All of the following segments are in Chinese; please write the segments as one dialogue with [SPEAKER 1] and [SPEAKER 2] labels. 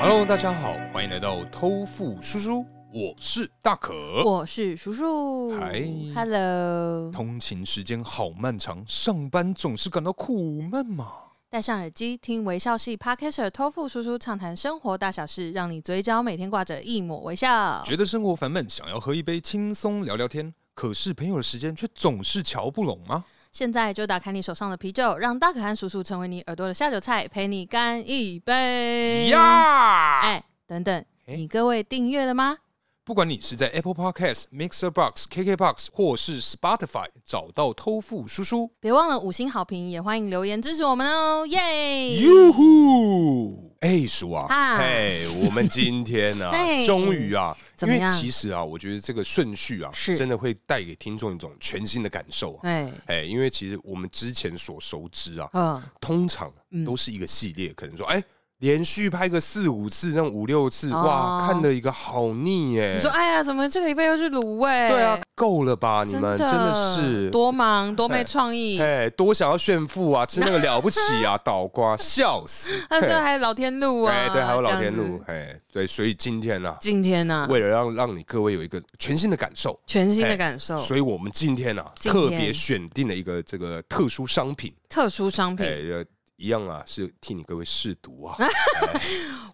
[SPEAKER 1] Hello，大家好，欢迎来到偷富叔叔，我是大可。哎
[SPEAKER 2] 我是叔叔。
[SPEAKER 1] 嗨
[SPEAKER 2] Hello，
[SPEAKER 1] 通勤时间好漫长，上班总是感到苦闷嘛。
[SPEAKER 2] 戴上耳机听微笑系 Podcaster 托付叔叔畅谈生活大小事，让你嘴角每天挂着一抹微笑。
[SPEAKER 1] 觉得生活烦闷，想要喝一杯轻松聊聊天，可是朋友的时间却总是瞧不拢吗？
[SPEAKER 2] 现在就打开你手上的啤酒，让大可汗叔叔成为你耳朵的下酒菜，陪你干一杯。
[SPEAKER 1] 呀、
[SPEAKER 2] 哎，等等，
[SPEAKER 1] 哎
[SPEAKER 2] 你各位订阅了吗？
[SPEAKER 1] 不管你是在 Apple Podcast、Mixer Box、KK Box 或是 Spotify 找到偷富叔叔，
[SPEAKER 2] 别忘了五星好评，也欢迎留言支持我们哦，耶！
[SPEAKER 3] 哟呼！
[SPEAKER 1] 哎，叔啊，
[SPEAKER 2] 啊，
[SPEAKER 3] 哎，我们今天呢、
[SPEAKER 2] 嘿
[SPEAKER 3] 终于啊，
[SPEAKER 2] 怎
[SPEAKER 3] 因
[SPEAKER 2] 么
[SPEAKER 3] 为
[SPEAKER 2] 样
[SPEAKER 3] 其实啊，我觉得这个顺序啊，
[SPEAKER 2] 是
[SPEAKER 3] 真的会带给听众一种全新的感受啊。
[SPEAKER 2] 哎，
[SPEAKER 3] 哎，因为其实我们之前所熟知啊，
[SPEAKER 2] 嗯，
[SPEAKER 3] 通常都是一个系列，可能说，哎，连续拍个四五次，让五六次，
[SPEAKER 2] 哦
[SPEAKER 3] 哇，看的一个好腻耶
[SPEAKER 2] 你。说，哎呀，怎么这个礼拜又是卤味？
[SPEAKER 3] 对啊，，够了吧？你们真的是
[SPEAKER 2] 多忙多没
[SPEAKER 3] 哎
[SPEAKER 2] 创意，
[SPEAKER 3] 哎，多想要炫富啊，吃那个了不起啊， 倒瓜，笑死！
[SPEAKER 2] 那时候啊还有老天路啊，
[SPEAKER 3] 哎，对，还有老天
[SPEAKER 2] 这样
[SPEAKER 3] 路
[SPEAKER 2] 子。，
[SPEAKER 3] 哎，对，所以今天呢、啊，
[SPEAKER 2] 今天呢、
[SPEAKER 3] 为了让让你各位有一个全新的感受，
[SPEAKER 2] 全新的感受，
[SPEAKER 3] 哎所以我们今天啊，
[SPEAKER 2] 哦今天
[SPEAKER 3] 特别选定了一个这个特殊商品，
[SPEAKER 2] 特殊商
[SPEAKER 3] 哎、
[SPEAKER 2] 品。
[SPEAKER 3] 呃一样啊，是替你各位试毒啊，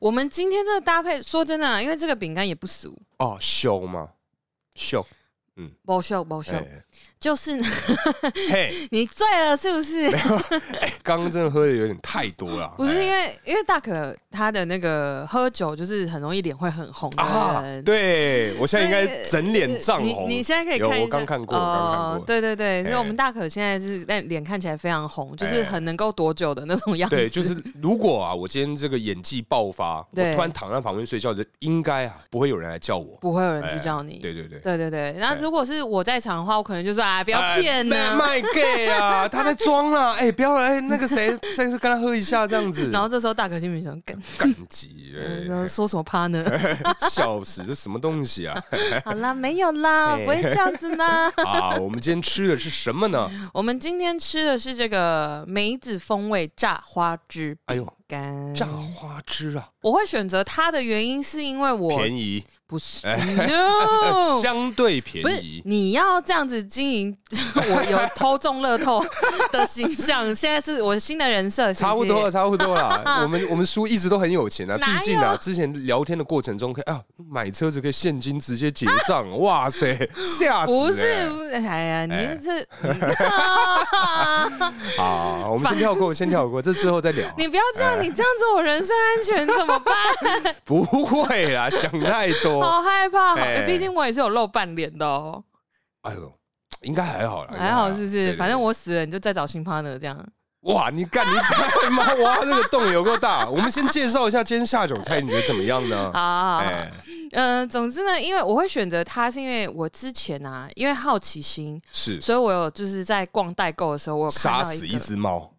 [SPEAKER 2] 我们今天这个搭配，说真的啊，因为这个饼干也不俗，
[SPEAKER 3] 哦，秀吗？秀，
[SPEAKER 2] 不秀不秀，
[SPEAKER 3] 哎，
[SPEAKER 2] 就是呢
[SPEAKER 3] 嘿，
[SPEAKER 2] 你醉了是不是？
[SPEAKER 3] 刚刚真的喝的有点太多了，
[SPEAKER 2] 不是
[SPEAKER 3] 哎
[SPEAKER 2] 因为因为大可他的那个喝酒就是很容易脸会很红的
[SPEAKER 3] 啊，
[SPEAKER 2] 人。呃
[SPEAKER 3] 对我现在应该整脸涨
[SPEAKER 2] 你
[SPEAKER 3] 红，
[SPEAKER 2] 你现在可以
[SPEAKER 3] 有
[SPEAKER 2] 看一下，哦
[SPEAKER 3] 我刚看过，我刚看过，
[SPEAKER 2] 对对对，所以
[SPEAKER 3] 哎
[SPEAKER 2] 我们大可现在是但脸看起来非常红，就是
[SPEAKER 3] 哎
[SPEAKER 2] 很能够躲酒的那种样子。
[SPEAKER 3] 对，就是如果啊，我今天这个演技爆发，我突
[SPEAKER 2] 对
[SPEAKER 3] 然躺在旁边睡觉，应该啊不会有人来叫我。
[SPEAKER 2] 不会有人去
[SPEAKER 3] 哎
[SPEAKER 2] 叫你。
[SPEAKER 3] 对对对，
[SPEAKER 2] 对对对，那
[SPEAKER 3] 哎
[SPEAKER 2] 如果是我在场的话，我可能就说啊，不要
[SPEAKER 3] 哎
[SPEAKER 2] 骗呢、
[SPEAKER 3] 卖 gay 啊，他在装啦，哎，不要哎，那个谁， 再跟他喝一下这样子，
[SPEAKER 2] 然后这时候大可心里想，干，
[SPEAKER 3] 干急，
[SPEAKER 2] 呃
[SPEAKER 3] 哎
[SPEAKER 2] 说说什么趴 呢？
[SPEAKER 3] 笑死，这什么东西啊？
[SPEAKER 2] 好啦，没有啦，
[SPEAKER 3] 哎
[SPEAKER 2] 不会这样子 啦。
[SPEAKER 3] 啊，我们今天吃的是什么呢？
[SPEAKER 2] 我们今天吃的是这个梅子风味炸花枝
[SPEAKER 3] 哎
[SPEAKER 2] 饼
[SPEAKER 3] 呦，
[SPEAKER 2] 干。
[SPEAKER 3] 炸花枝啊，
[SPEAKER 2] 我会选择它的原因是因为我
[SPEAKER 3] 便宜，
[SPEAKER 2] 不是 no。
[SPEAKER 3] 相对便
[SPEAKER 2] 嗯不是
[SPEAKER 3] 宜，
[SPEAKER 2] 你要这样子经营， 我有偷中乐透的形象，现在是我新的人设，是不是
[SPEAKER 3] 差不多了，差不多 了。我们我们叔一直都很有钱啊，毕
[SPEAKER 2] 哪有
[SPEAKER 3] 竟啊，之前聊天的过程中，可以啊，买车子可以现金直接结账，哇 塞，吓死！
[SPEAKER 2] 不是
[SPEAKER 3] 哎，
[SPEAKER 2] 不是哎
[SPEAKER 3] 哎
[SPEAKER 2] 呀，你这，
[SPEAKER 3] 好，我们先跳过，先跳过，这之后再聊。 啊
[SPEAKER 2] 你不要这样，你这样子我人身安全怎么办？
[SPEAKER 3] 不会啦，想太多。
[SPEAKER 2] 好害怕，
[SPEAKER 3] 哎
[SPEAKER 2] 毕竟我也是有露半脸的哦，
[SPEAKER 3] 哎呦，应该还好啦，应该
[SPEAKER 2] 还好是不
[SPEAKER 3] 哎对对
[SPEAKER 2] 是？
[SPEAKER 3] 对
[SPEAKER 2] 反正我死了，你就再找新 partner 这样。
[SPEAKER 3] 哇，你干你太妈，哇，这个洞有够大。我们先介绍一下今天下酒菜，你觉得怎么样呢？
[SPEAKER 2] 好，
[SPEAKER 3] 哎，
[SPEAKER 2] 嗯，总之呢，因为我会选择它，是因为我之前啊，因为好奇心，
[SPEAKER 3] 是
[SPEAKER 2] 所以我有就是在逛代购的时候，我有看
[SPEAKER 3] 杀
[SPEAKER 2] 到
[SPEAKER 3] 死
[SPEAKER 2] 一
[SPEAKER 3] 一
[SPEAKER 2] 个
[SPEAKER 3] 只猫，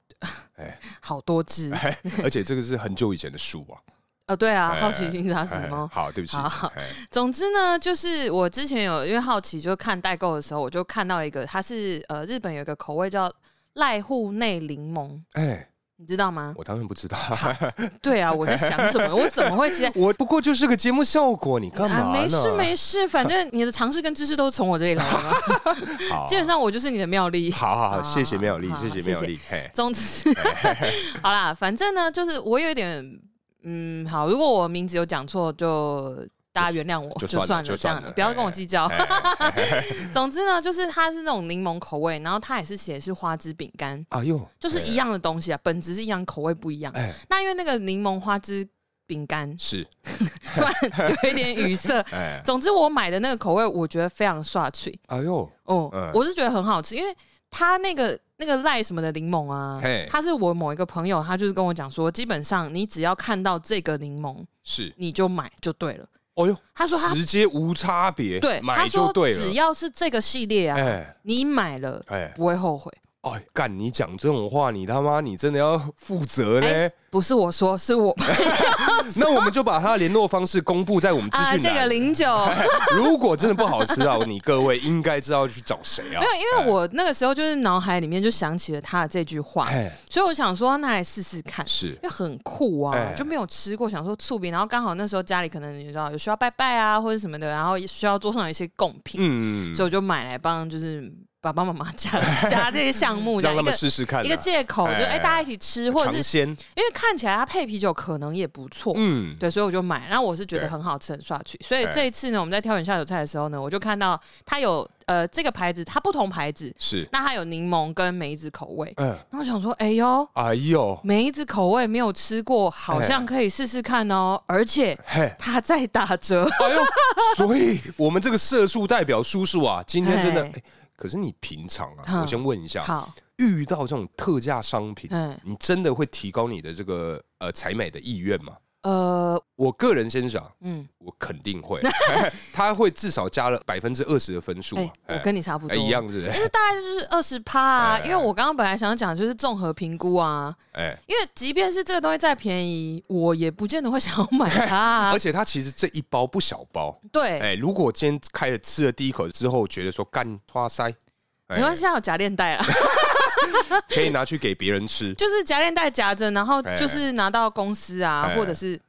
[SPEAKER 3] 哎
[SPEAKER 2] 好多只，
[SPEAKER 3] 而且这个是很久以前的书啊。
[SPEAKER 2] 哦，对啊，
[SPEAKER 3] 哎
[SPEAKER 2] 好奇心杀死
[SPEAKER 3] 哎
[SPEAKER 2] 猫。
[SPEAKER 3] 好，对不起。
[SPEAKER 2] 好
[SPEAKER 3] 哎
[SPEAKER 2] 总之呢，就是我之前有因为好奇，就看代购的时候，我就看到了一个，它是呃日本有一个口味叫濑户内柠檬，
[SPEAKER 3] 哎，
[SPEAKER 2] 你知道吗？
[SPEAKER 3] 我当然不知道，哎
[SPEAKER 2] 对啊，我在想什么？我怎么会期待？
[SPEAKER 3] 我不过就是个节目效果，你干嘛呢？
[SPEAKER 2] 啊没事没事，反正你的尝试跟知识都是从我这里来的嘛，
[SPEAKER 3] 好，
[SPEAKER 2] 基本上我就是你的妙丽。
[SPEAKER 3] 好好好，
[SPEAKER 2] 好
[SPEAKER 3] 谢谢妙丽
[SPEAKER 2] 好，好
[SPEAKER 3] 谢谢妙丽。嘿，
[SPEAKER 2] 总之是，好啦，反正呢，就是我有点，嗯，好，如果我名字有讲错，就大家原谅我，
[SPEAKER 3] 就
[SPEAKER 2] 就
[SPEAKER 3] 算
[SPEAKER 2] 算
[SPEAKER 3] 了就
[SPEAKER 2] 了，这
[SPEAKER 3] 算
[SPEAKER 2] 样
[SPEAKER 3] 了
[SPEAKER 2] 不要跟我
[SPEAKER 3] 哎
[SPEAKER 2] 计较。
[SPEAKER 3] 哎
[SPEAKER 2] 总之呢，就是它是那种柠檬口味，然后它也是写是花枝饼干，
[SPEAKER 3] 哎呦，
[SPEAKER 2] 就是一
[SPEAKER 3] 样。
[SPEAKER 2] 样的东西啊，本质是一样，口味不一样。
[SPEAKER 3] 哎，
[SPEAKER 2] 那因为那个柠檬花枝饼干，
[SPEAKER 4] 是
[SPEAKER 2] 突然有一点语塞。
[SPEAKER 3] 哎，
[SPEAKER 2] 总之，我买的那个口味，我觉得非常刷脆
[SPEAKER 4] 哎呦，
[SPEAKER 2] 哦，
[SPEAKER 3] 嗯
[SPEAKER 2] 我是觉得很好吃，因为它那个那个赖什么的柠檬啊
[SPEAKER 4] 嘿，
[SPEAKER 2] 它是我某一个朋友，他就是跟我讲说，基本上你只要看到这个柠檬，
[SPEAKER 4] 是，
[SPEAKER 2] 你就买就对了。
[SPEAKER 3] 哎
[SPEAKER 4] 哦呦，
[SPEAKER 2] 他说他
[SPEAKER 4] 直接无差别，
[SPEAKER 2] 对，他
[SPEAKER 3] 买
[SPEAKER 2] 说
[SPEAKER 3] 就对
[SPEAKER 2] 只
[SPEAKER 3] 了。
[SPEAKER 2] 要是这个系列啊，
[SPEAKER 3] 哎
[SPEAKER 2] 你买了
[SPEAKER 3] 哎
[SPEAKER 2] 不会后悔。
[SPEAKER 3] 哎，干！你讲这种话，你他妈你真的要负责呢。
[SPEAKER 2] 不是我说，是我
[SPEAKER 3] 那我们就把他的联络方式公布在我们资
[SPEAKER 2] 啊，
[SPEAKER 3] 讯
[SPEAKER 2] 这个
[SPEAKER 3] 栏。
[SPEAKER 2] 零九
[SPEAKER 3] 如果真的不好吃到，你各位应该知道去找谁啊
[SPEAKER 2] 没？有，因为我那个时候就是脑海里面就想起了他的这句话，
[SPEAKER 3] 哎，
[SPEAKER 2] 所以我想说那来试试看，
[SPEAKER 4] 是
[SPEAKER 2] 因为很酷啊
[SPEAKER 3] 哎，
[SPEAKER 2] 就没有吃过，想说醋饼，然后刚好那时候家里可能你知道有需要拜拜啊或者什么的，然后也需要桌上有一些贡品，
[SPEAKER 3] 嗯
[SPEAKER 2] 所以我就买来帮就是爸爸妈妈加加这些项目，这
[SPEAKER 3] 让他
[SPEAKER 2] 样一
[SPEAKER 3] 们
[SPEAKER 2] 个
[SPEAKER 3] 试试看啊。
[SPEAKER 2] 一个借口，就
[SPEAKER 3] 哎
[SPEAKER 2] 是哎大家一起吃，或者
[SPEAKER 3] 尝
[SPEAKER 2] 是
[SPEAKER 3] 鲜，
[SPEAKER 2] 因为看起来它配啤酒可能也不错，
[SPEAKER 3] 嗯，
[SPEAKER 2] 对，所以我就买。然后我是觉得
[SPEAKER 3] 对哎
[SPEAKER 2] 很好吃，很刷去。所以
[SPEAKER 3] 对
[SPEAKER 2] 这一次呢，我们在挑选下酒菜的时候呢，我就看到它有呃这个牌子，它不同牌子，
[SPEAKER 4] 是，
[SPEAKER 2] 那它有柠檬跟梅子口味。
[SPEAKER 3] 嗯，
[SPEAKER 2] 那我想说，哎呦，
[SPEAKER 3] 哎呦，
[SPEAKER 2] 梅子口味没有吃过，好像可以试试看哦。而且
[SPEAKER 3] 嘿，
[SPEAKER 2] 它在打 折，
[SPEAKER 3] 哎呦，所以我们这个社畜代表叔叔啊，今天真的，
[SPEAKER 2] 哎
[SPEAKER 3] 哎可是你平常啊，
[SPEAKER 2] 嗯
[SPEAKER 3] 我先问一下，
[SPEAKER 2] 好，
[SPEAKER 3] 遇到这种特价商品，
[SPEAKER 2] 嗯
[SPEAKER 3] 你真的会提高你的这个呃采买的意愿吗？
[SPEAKER 2] 呃，
[SPEAKER 3] 我个人先讲，
[SPEAKER 2] 嗯，
[SPEAKER 3] 我肯定 会， 他会至少加了百分之二十的分数
[SPEAKER 2] 哎
[SPEAKER 3] 啊，，
[SPEAKER 2] 我
[SPEAKER 3] 哎
[SPEAKER 2] 跟你差不
[SPEAKER 3] 哎
[SPEAKER 2] 多，
[SPEAKER 3] 一。样是不
[SPEAKER 2] 就是
[SPEAKER 3] 是，
[SPEAKER 2] 大概就是二十趴啊，
[SPEAKER 3] 哎
[SPEAKER 2] 因为我刚刚本来想讲就是综合评估啊，
[SPEAKER 3] 哎，
[SPEAKER 2] 因为即便是这个东西再便宜，我也不见得会想要买它、啊
[SPEAKER 3] 而。且它其实这一包不小包，
[SPEAKER 2] 对，
[SPEAKER 3] 哎，如果我今天开了吃了第一口之后，觉得说干花塞，哎
[SPEAKER 2] 没关系，它有夹链袋 啊，
[SPEAKER 3] 可以拿去给别人吃，
[SPEAKER 2] 就是夹链袋夹着，然后
[SPEAKER 3] 哎
[SPEAKER 2] 就是拿到公司啊，
[SPEAKER 3] 哎
[SPEAKER 2] 或者是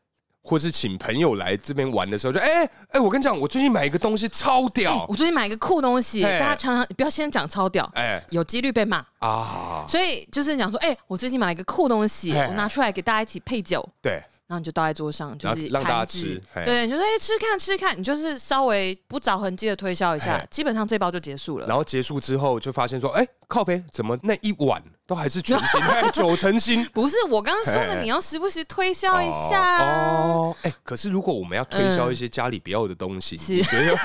[SPEAKER 3] 或是请朋友来这边玩的时候，就哎哎、我跟你讲，我最近买一个东西超 屌
[SPEAKER 2] 哎我，最近买一个酷东西，大
[SPEAKER 3] 哦哎
[SPEAKER 2] 家常常不要先讲超屌，
[SPEAKER 3] 哎、
[SPEAKER 2] 有几率被骂，
[SPEAKER 3] 啊，
[SPEAKER 2] 所以就是讲说，哎，我最近买了一个酷东西，
[SPEAKER 3] 哎
[SPEAKER 2] 我拿出来给大家一起配酒。
[SPEAKER 3] 对，
[SPEAKER 2] 然后你就倒在桌上，就
[SPEAKER 3] 然后
[SPEAKER 2] 是
[SPEAKER 3] 让大家
[SPEAKER 2] 盘子
[SPEAKER 3] 吃哎
[SPEAKER 2] 对，你就说哎、吃看吃看，你就是稍微不着痕迹的推销一下
[SPEAKER 3] 哎，
[SPEAKER 2] 基本上这包就结束了。
[SPEAKER 3] 然后结束之后就发现说，哎、靠背怎么那一碗都还是全新， 哎九成 新。
[SPEAKER 2] 不是我刚刚说
[SPEAKER 3] 哎
[SPEAKER 2] 的，你要时不时推销一下啊。
[SPEAKER 3] 哦，哎、可是如果我们要推销一些家里不要的东西，
[SPEAKER 2] 是
[SPEAKER 3] 你觉得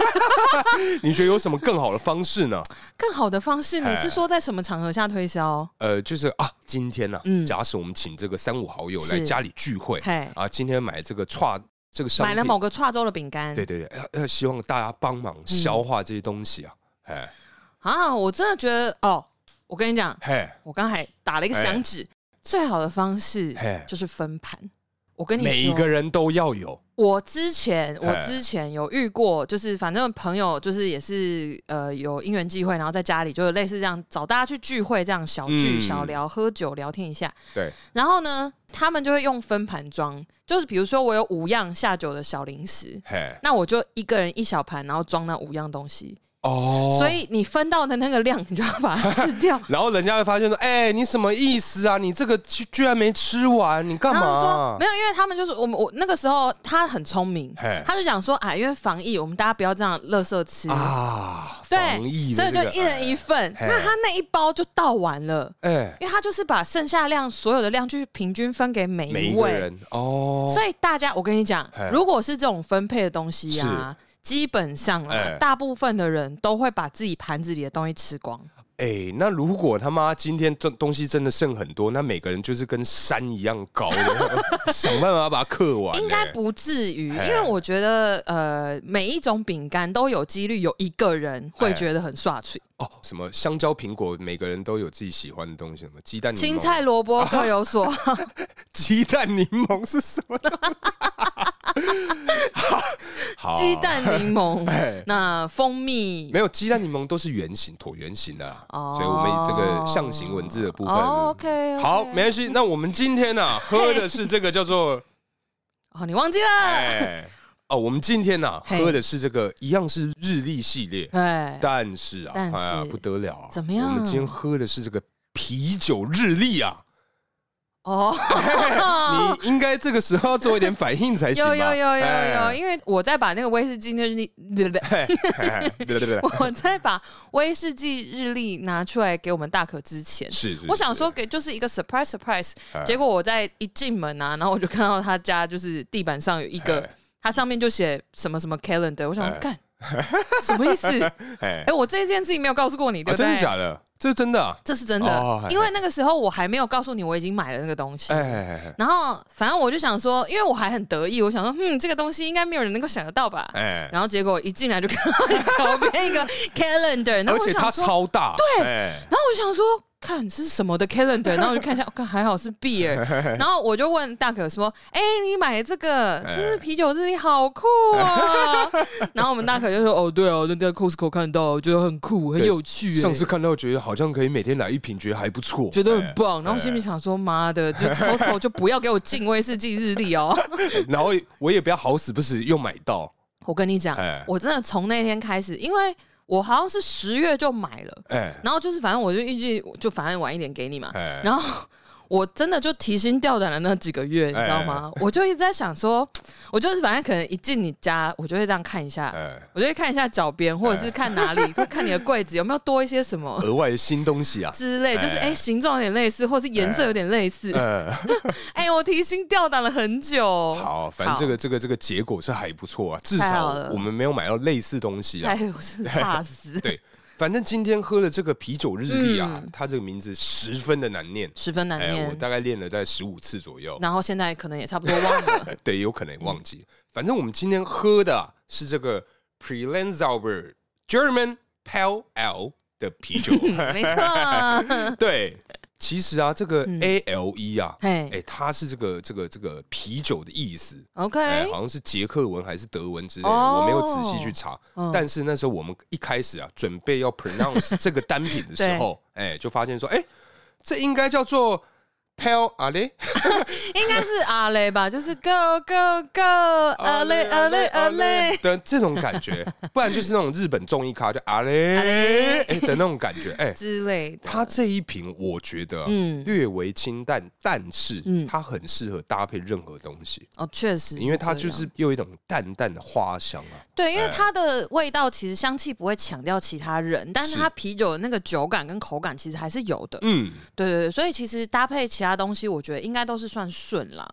[SPEAKER 3] 你觉得有什么更好的方式呢？
[SPEAKER 2] 更好的方式，你
[SPEAKER 3] 哎
[SPEAKER 2] 是说在什么场合下推销？
[SPEAKER 3] 呃，就是啊，今天呢、啊，
[SPEAKER 2] 嗯
[SPEAKER 3] 假使我们请这个三五好友来
[SPEAKER 2] 是
[SPEAKER 3] 家里聚会
[SPEAKER 2] 嘿
[SPEAKER 3] 啊，今天买这个串这个商
[SPEAKER 2] 买
[SPEAKER 3] 品，
[SPEAKER 2] 了某嗯个跨州的饼干，
[SPEAKER 3] 对对对，要要希望大家帮忙消化这些东西啊，哎、
[SPEAKER 2] 啊，我真的觉得哦，我跟你讲，
[SPEAKER 3] 嘿，
[SPEAKER 2] 我刚才打了一个响指，最好的方式
[SPEAKER 3] 嘿
[SPEAKER 2] 就是分盘。我跟你说，
[SPEAKER 3] 每一个人都要有，
[SPEAKER 2] 我之前我
[SPEAKER 3] 嘿
[SPEAKER 2] 之前有遇过，就是反正朋友就是也是呃有因缘际会，然后在家里就是类似这样找大家去聚会，这样小聚、
[SPEAKER 3] 嗯
[SPEAKER 2] 小聊、喝酒、聊天一下。
[SPEAKER 3] 对，
[SPEAKER 2] 然后呢，他们就会用分盘装，就是比如说我有五样下酒的小零食，
[SPEAKER 3] 嘿，
[SPEAKER 2] 那我就一个人一小盘，然后装那五样东西。
[SPEAKER 3] 哦，
[SPEAKER 2] 所。以你分到的那个量，你就要把它吃掉。
[SPEAKER 3] 然后人家会发现说：“哎、你什么意思啊？你这个居居然没吃完， 你干
[SPEAKER 2] 然
[SPEAKER 3] 嘛、啊
[SPEAKER 2] 后他说没有，因为他们就是我们我那个时候他很聪明
[SPEAKER 3] 嘿，
[SPEAKER 2] 他就讲说啊，因为防疫，我们大家不要这样垃圾吃，
[SPEAKER 3] 啊？
[SPEAKER 2] 对
[SPEAKER 3] 防疫、，
[SPEAKER 2] 所
[SPEAKER 3] 这
[SPEAKER 2] 以
[SPEAKER 3] 个哎
[SPEAKER 2] 就一人一份。
[SPEAKER 3] 嘿
[SPEAKER 2] 那他那一包就倒完了，
[SPEAKER 3] 哎、
[SPEAKER 2] 因为他就是把剩下量所有的量去平均分给每
[SPEAKER 3] 每
[SPEAKER 2] 一
[SPEAKER 3] 一个
[SPEAKER 2] 位，
[SPEAKER 3] 人哦，
[SPEAKER 2] 所以大家我跟你讲
[SPEAKER 3] 嘿，
[SPEAKER 2] 如果是这种分配的东西啊。基本上啊
[SPEAKER 3] 哎，
[SPEAKER 2] 大部分的人都会把自己盘子里的东西吃光。
[SPEAKER 3] 哎、那如果他妈今天这东西真的剩很多，那每个人就是跟山一样高 的，想办法把它刻完、
[SPEAKER 2] 应该
[SPEAKER 3] 哎
[SPEAKER 2] 不至于，因
[SPEAKER 3] 嘿
[SPEAKER 2] 为我觉得呃，每一种饼干都有几率有一个人会觉得很刷嘴，
[SPEAKER 3] 哦，什么香蕉、苹果，每个人都有自己喜欢的东西，什么鸡蛋、柠檬
[SPEAKER 2] 青菜、萝卜各有所。
[SPEAKER 3] 哦鸡蛋柠檬是什么东西？ 好，好
[SPEAKER 2] 鸡蛋柠檬
[SPEAKER 3] 哎，
[SPEAKER 2] 那蜂蜜
[SPEAKER 3] 没有鸡蛋柠檬都是圆形、椭圆形的啦，
[SPEAKER 2] 哦
[SPEAKER 3] 所以我们这个象形文字的部分。
[SPEAKER 2] 哦，OK，OK
[SPEAKER 3] 好，没关系。那我们今天呢、啊，喝的是这个叫 做
[SPEAKER 2] 哦，你忘记了？
[SPEAKER 3] 哎哦，我们今天呢、啊、
[SPEAKER 2] 嘿
[SPEAKER 3] 喝的是这个一样是日历系列，
[SPEAKER 2] 哎，
[SPEAKER 3] 但是啊，
[SPEAKER 2] 但是
[SPEAKER 3] 哎呀不得了、啊，
[SPEAKER 2] 怎么样
[SPEAKER 3] 我们今天喝的是这个啤酒日历啊，
[SPEAKER 2] 哦，
[SPEAKER 3] 你应该这个时候要做一点反应才行吧。
[SPEAKER 2] 有有有有有，
[SPEAKER 3] 哎，
[SPEAKER 2] 因为我在把那个威士忌那日历，对不对？
[SPEAKER 3] 对对 对，
[SPEAKER 2] 我在把威士忌日历拿出来给我们大可之前，
[SPEAKER 3] 是。是
[SPEAKER 2] 我想说
[SPEAKER 3] 是
[SPEAKER 2] 给就是一个 surprise surprise，
[SPEAKER 3] 哎
[SPEAKER 2] 结果我在一进门啊，然后我就看到他家就是地板上有一个
[SPEAKER 3] 哎，
[SPEAKER 2] 它上面就写什么什么 calendar，我想
[SPEAKER 3] 哎
[SPEAKER 2] 说干什么意 思？
[SPEAKER 3] 哎
[SPEAKER 2] 哎，，我这件事情没有告诉过你，对
[SPEAKER 3] 啊
[SPEAKER 2] 不
[SPEAKER 3] 真的
[SPEAKER 2] 对？
[SPEAKER 3] 假的？这是真的啊？
[SPEAKER 2] 这是真
[SPEAKER 3] 哦
[SPEAKER 2] 的
[SPEAKER 3] 哎，
[SPEAKER 2] 因为那个时候我还没有告诉你我已经买了那个东西
[SPEAKER 3] 哎。哎，哎
[SPEAKER 2] 然后反正我就想说，因为我还很得意，我想说，嗯，这个东西应该没有人能够想得到吧。
[SPEAKER 3] 哎，
[SPEAKER 2] 然后结果一进来就看到你旁边 一个 calendar，然后
[SPEAKER 3] 而
[SPEAKER 2] 我
[SPEAKER 3] 且它
[SPEAKER 2] 想说，
[SPEAKER 3] 超大，对，哎
[SPEAKER 2] 然后我想说，看这是什么的 calendar，然后我就看一下，看还好是 beer，然后我就问大可说，哎、你买这个，
[SPEAKER 3] 哎
[SPEAKER 2] 这是啤酒日历，好酷 啊！然后我们大可就说，哦，对哦，那在 Costco 看到，我觉得很酷，很
[SPEAKER 3] 对
[SPEAKER 2] 有趣、哎
[SPEAKER 3] 上次看到觉得好像可以每天来一瓶，觉得还不错，
[SPEAKER 2] 觉得
[SPEAKER 3] 哎
[SPEAKER 2] 很棒，然后我心里想说，妈的，就 Costco 就不要给我进威士忌日 历哦。
[SPEAKER 3] 然后我也不要好死不死又买到，
[SPEAKER 2] 我跟你讲
[SPEAKER 3] 哎，
[SPEAKER 2] 我真的从那天开始，因为我好像是十月就买了，
[SPEAKER 3] 哎
[SPEAKER 2] 然后就是反正我就预计就反正晚一点给你嘛，
[SPEAKER 3] 哎，
[SPEAKER 2] 然后。我真的就提心吊胆了那几个月，你知道吗？
[SPEAKER 3] 哎
[SPEAKER 2] 我就一直在想说，我就是反正可能一进你家，我就会这样看一下，
[SPEAKER 3] 哎
[SPEAKER 2] 我就会看一下脚边，或者是看哪里，会看你的柜子有没有多一些什么
[SPEAKER 3] 额外的新东西啊，
[SPEAKER 2] 之类，就是
[SPEAKER 3] 哎
[SPEAKER 2] 哎、形状有点类似，或是颜色有点类似。
[SPEAKER 3] 嗯，
[SPEAKER 2] 哎，我提心吊胆了很久。
[SPEAKER 3] 好，反正这个这个这个结果是还不错啊，至
[SPEAKER 2] 太好
[SPEAKER 3] 少
[SPEAKER 2] 了
[SPEAKER 3] 我们没有买到类似东西啊
[SPEAKER 2] 哎。，我是怕死，
[SPEAKER 3] 对，反正今天喝了这个啤酒日历啊，
[SPEAKER 2] 嗯
[SPEAKER 3] 它这个名字十分的难念，
[SPEAKER 2] 十分难
[SPEAKER 3] 哎，我
[SPEAKER 2] 念。
[SPEAKER 3] 大概练了在十五次左右，
[SPEAKER 2] 然后现在可能也差不多忘 了。
[SPEAKER 3] 对，有可能忘记。反正我们今天喝的啊是这个 Prelenzauber German Pale Ale 的啤 酒，
[SPEAKER 2] 没错，
[SPEAKER 3] 对。其实啊，这个
[SPEAKER 2] 嗯
[SPEAKER 3] A L E 啊，哎、
[SPEAKER 2] 嘿
[SPEAKER 3] 它是这个这个这个啤酒的意思，哎、
[SPEAKER 2] ，OK，
[SPEAKER 3] 好像是捷克文还是德文之类的，
[SPEAKER 2] 哦
[SPEAKER 3] 我没有仔细去查。
[SPEAKER 2] 嗯
[SPEAKER 3] 但是那时候我们一开始啊，准备要 pronounce 这个单品的时 候，哎、就发现说，哎、这应该叫做 pale ale，
[SPEAKER 2] 应该是阿雷吧，就是 Go Go Go，阿雷阿雷阿雷，
[SPEAKER 3] 的这种感觉，不然就是那种日本综艺咖就阿雷
[SPEAKER 2] 嘞
[SPEAKER 3] 哎的那种感觉，哎、
[SPEAKER 2] 之类的。
[SPEAKER 3] 它这一瓶我觉得、嗯
[SPEAKER 2] 嗯，
[SPEAKER 3] 略微清淡，但是
[SPEAKER 2] 嗯
[SPEAKER 3] 它很适合搭配任何东西，
[SPEAKER 2] 哦，确实，
[SPEAKER 3] 因为它就是又有一种淡淡的花香啊。
[SPEAKER 2] 对，因为
[SPEAKER 3] 哎
[SPEAKER 2] 它的味道其实香气不会抢掉其他人，但是
[SPEAKER 3] 是
[SPEAKER 2] 它啤酒的那个酒感跟口感其实还是有的。
[SPEAKER 3] 嗯
[SPEAKER 2] 对对对，所以其实搭配其他东西，我觉得应该都是算顺啦。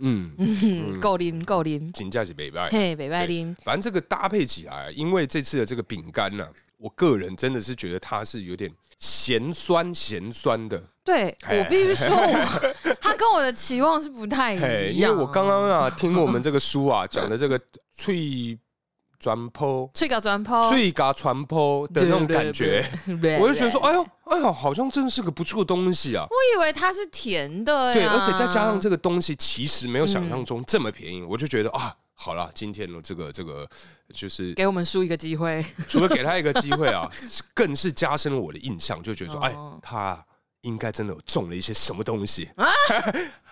[SPEAKER 3] 嗯，哎
[SPEAKER 2] 嗯，够啉够啉，
[SPEAKER 3] 金价是北拜。
[SPEAKER 2] 嘿，北拜啉，
[SPEAKER 3] 反正这个搭配起来，因为这次的这个饼干呢，我个人真的是觉得它是有点咸酸咸酸的，
[SPEAKER 2] 对
[SPEAKER 3] 嘿
[SPEAKER 2] 我必须说我， 他跟我的期望是不太
[SPEAKER 3] 嘿，
[SPEAKER 2] 一
[SPEAKER 3] 因为
[SPEAKER 2] 样。啊
[SPEAKER 3] 我刚刚啊听我们这个书 啊讲的这个脆砖坡。
[SPEAKER 2] 脆搞砖抛，
[SPEAKER 3] 脆嘎传播的那种感觉， 我就觉得说，哎呦，哎呦，好像真是个不错东西啊！
[SPEAKER 2] 我以为它是甜的呀，
[SPEAKER 3] 对，而且再加上这个东西，其实没有想象中这么便宜，我就觉得啊，好了，今天的这个这个就是
[SPEAKER 2] 给我们输一个机 会，
[SPEAKER 3] 除了给他一个机会 啊，更是加深了我的印象，就觉得说，哎
[SPEAKER 2] 哦，
[SPEAKER 3] 他应该真的有中了一些什么东西，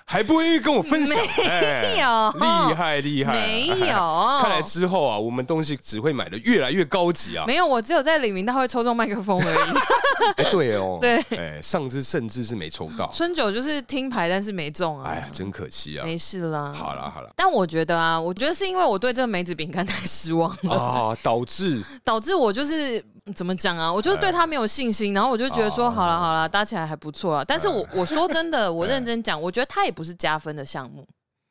[SPEAKER 3] 还不愿意跟我分享，哎
[SPEAKER 2] 啊没有
[SPEAKER 3] 厉害厉害，
[SPEAKER 2] 没有
[SPEAKER 3] 看来之后啊，我们东西只会买的越来越高级啊。
[SPEAKER 2] 没有，我只有在李明大会抽中麦克风 而已。
[SPEAKER 3] 哎，对哦，
[SPEAKER 2] 对
[SPEAKER 3] 哎，上次甚至是没抽到，
[SPEAKER 2] 春九就是听牌，但是没中啊，
[SPEAKER 3] 哎呀，真可惜啊。
[SPEAKER 2] 没事啦。
[SPEAKER 3] 好啦 好啦，
[SPEAKER 2] 但我觉得啊，我觉得是因为我对这个梅子饼干太失望了，
[SPEAKER 3] 啊，导致
[SPEAKER 2] 导致我就是嗯怎么讲啊，我就是对它没有信心，然后我就觉得
[SPEAKER 3] 哎
[SPEAKER 2] 说，好了好了，搭起来还不错啊。但是 我我说真的，我认真讲，我觉得它也不是加分的项目。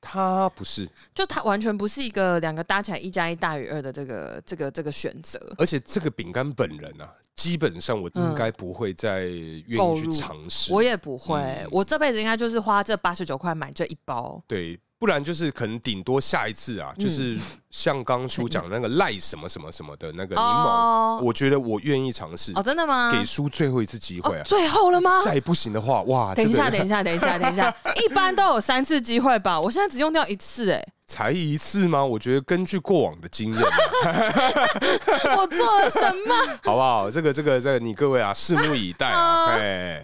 [SPEAKER 3] 他不是，
[SPEAKER 2] 就它完全不是一个两个搭起来一加一大于二的这个这个这个选择。
[SPEAKER 3] 而且这个饼干本人啊，基本上我应该不会再愿
[SPEAKER 2] 购
[SPEAKER 3] 意去
[SPEAKER 2] 入
[SPEAKER 3] 尝试。
[SPEAKER 2] 我也不会，
[SPEAKER 3] 嗯
[SPEAKER 2] 我这辈子应该就是花这八十九块买这一包。
[SPEAKER 3] 对，不然就是可能顶多下一次
[SPEAKER 2] 嗯
[SPEAKER 3] 啊，就是像刚叔讲那个赖什么什么什么的那个柠檬
[SPEAKER 2] 哦，
[SPEAKER 3] 我觉得我愿意尝试
[SPEAKER 2] 哦，，真的吗？
[SPEAKER 3] 嗯给叔最后一次机会
[SPEAKER 2] 哦
[SPEAKER 3] 啊，
[SPEAKER 2] 最后了吗？
[SPEAKER 3] 再不行的话，哇，
[SPEAKER 2] 等一下，
[SPEAKER 3] 这
[SPEAKER 2] 等
[SPEAKER 3] 个
[SPEAKER 2] 一下，等一下，等一下， 一般都有三次机会吧？我现在只用掉一次、
[SPEAKER 3] 才一次吗？我觉得根据过往的经验啊，
[SPEAKER 2] 哎，我做了什么？
[SPEAKER 3] 好不好？这个这个这个，你各位啊，拭目以 待啊，哎。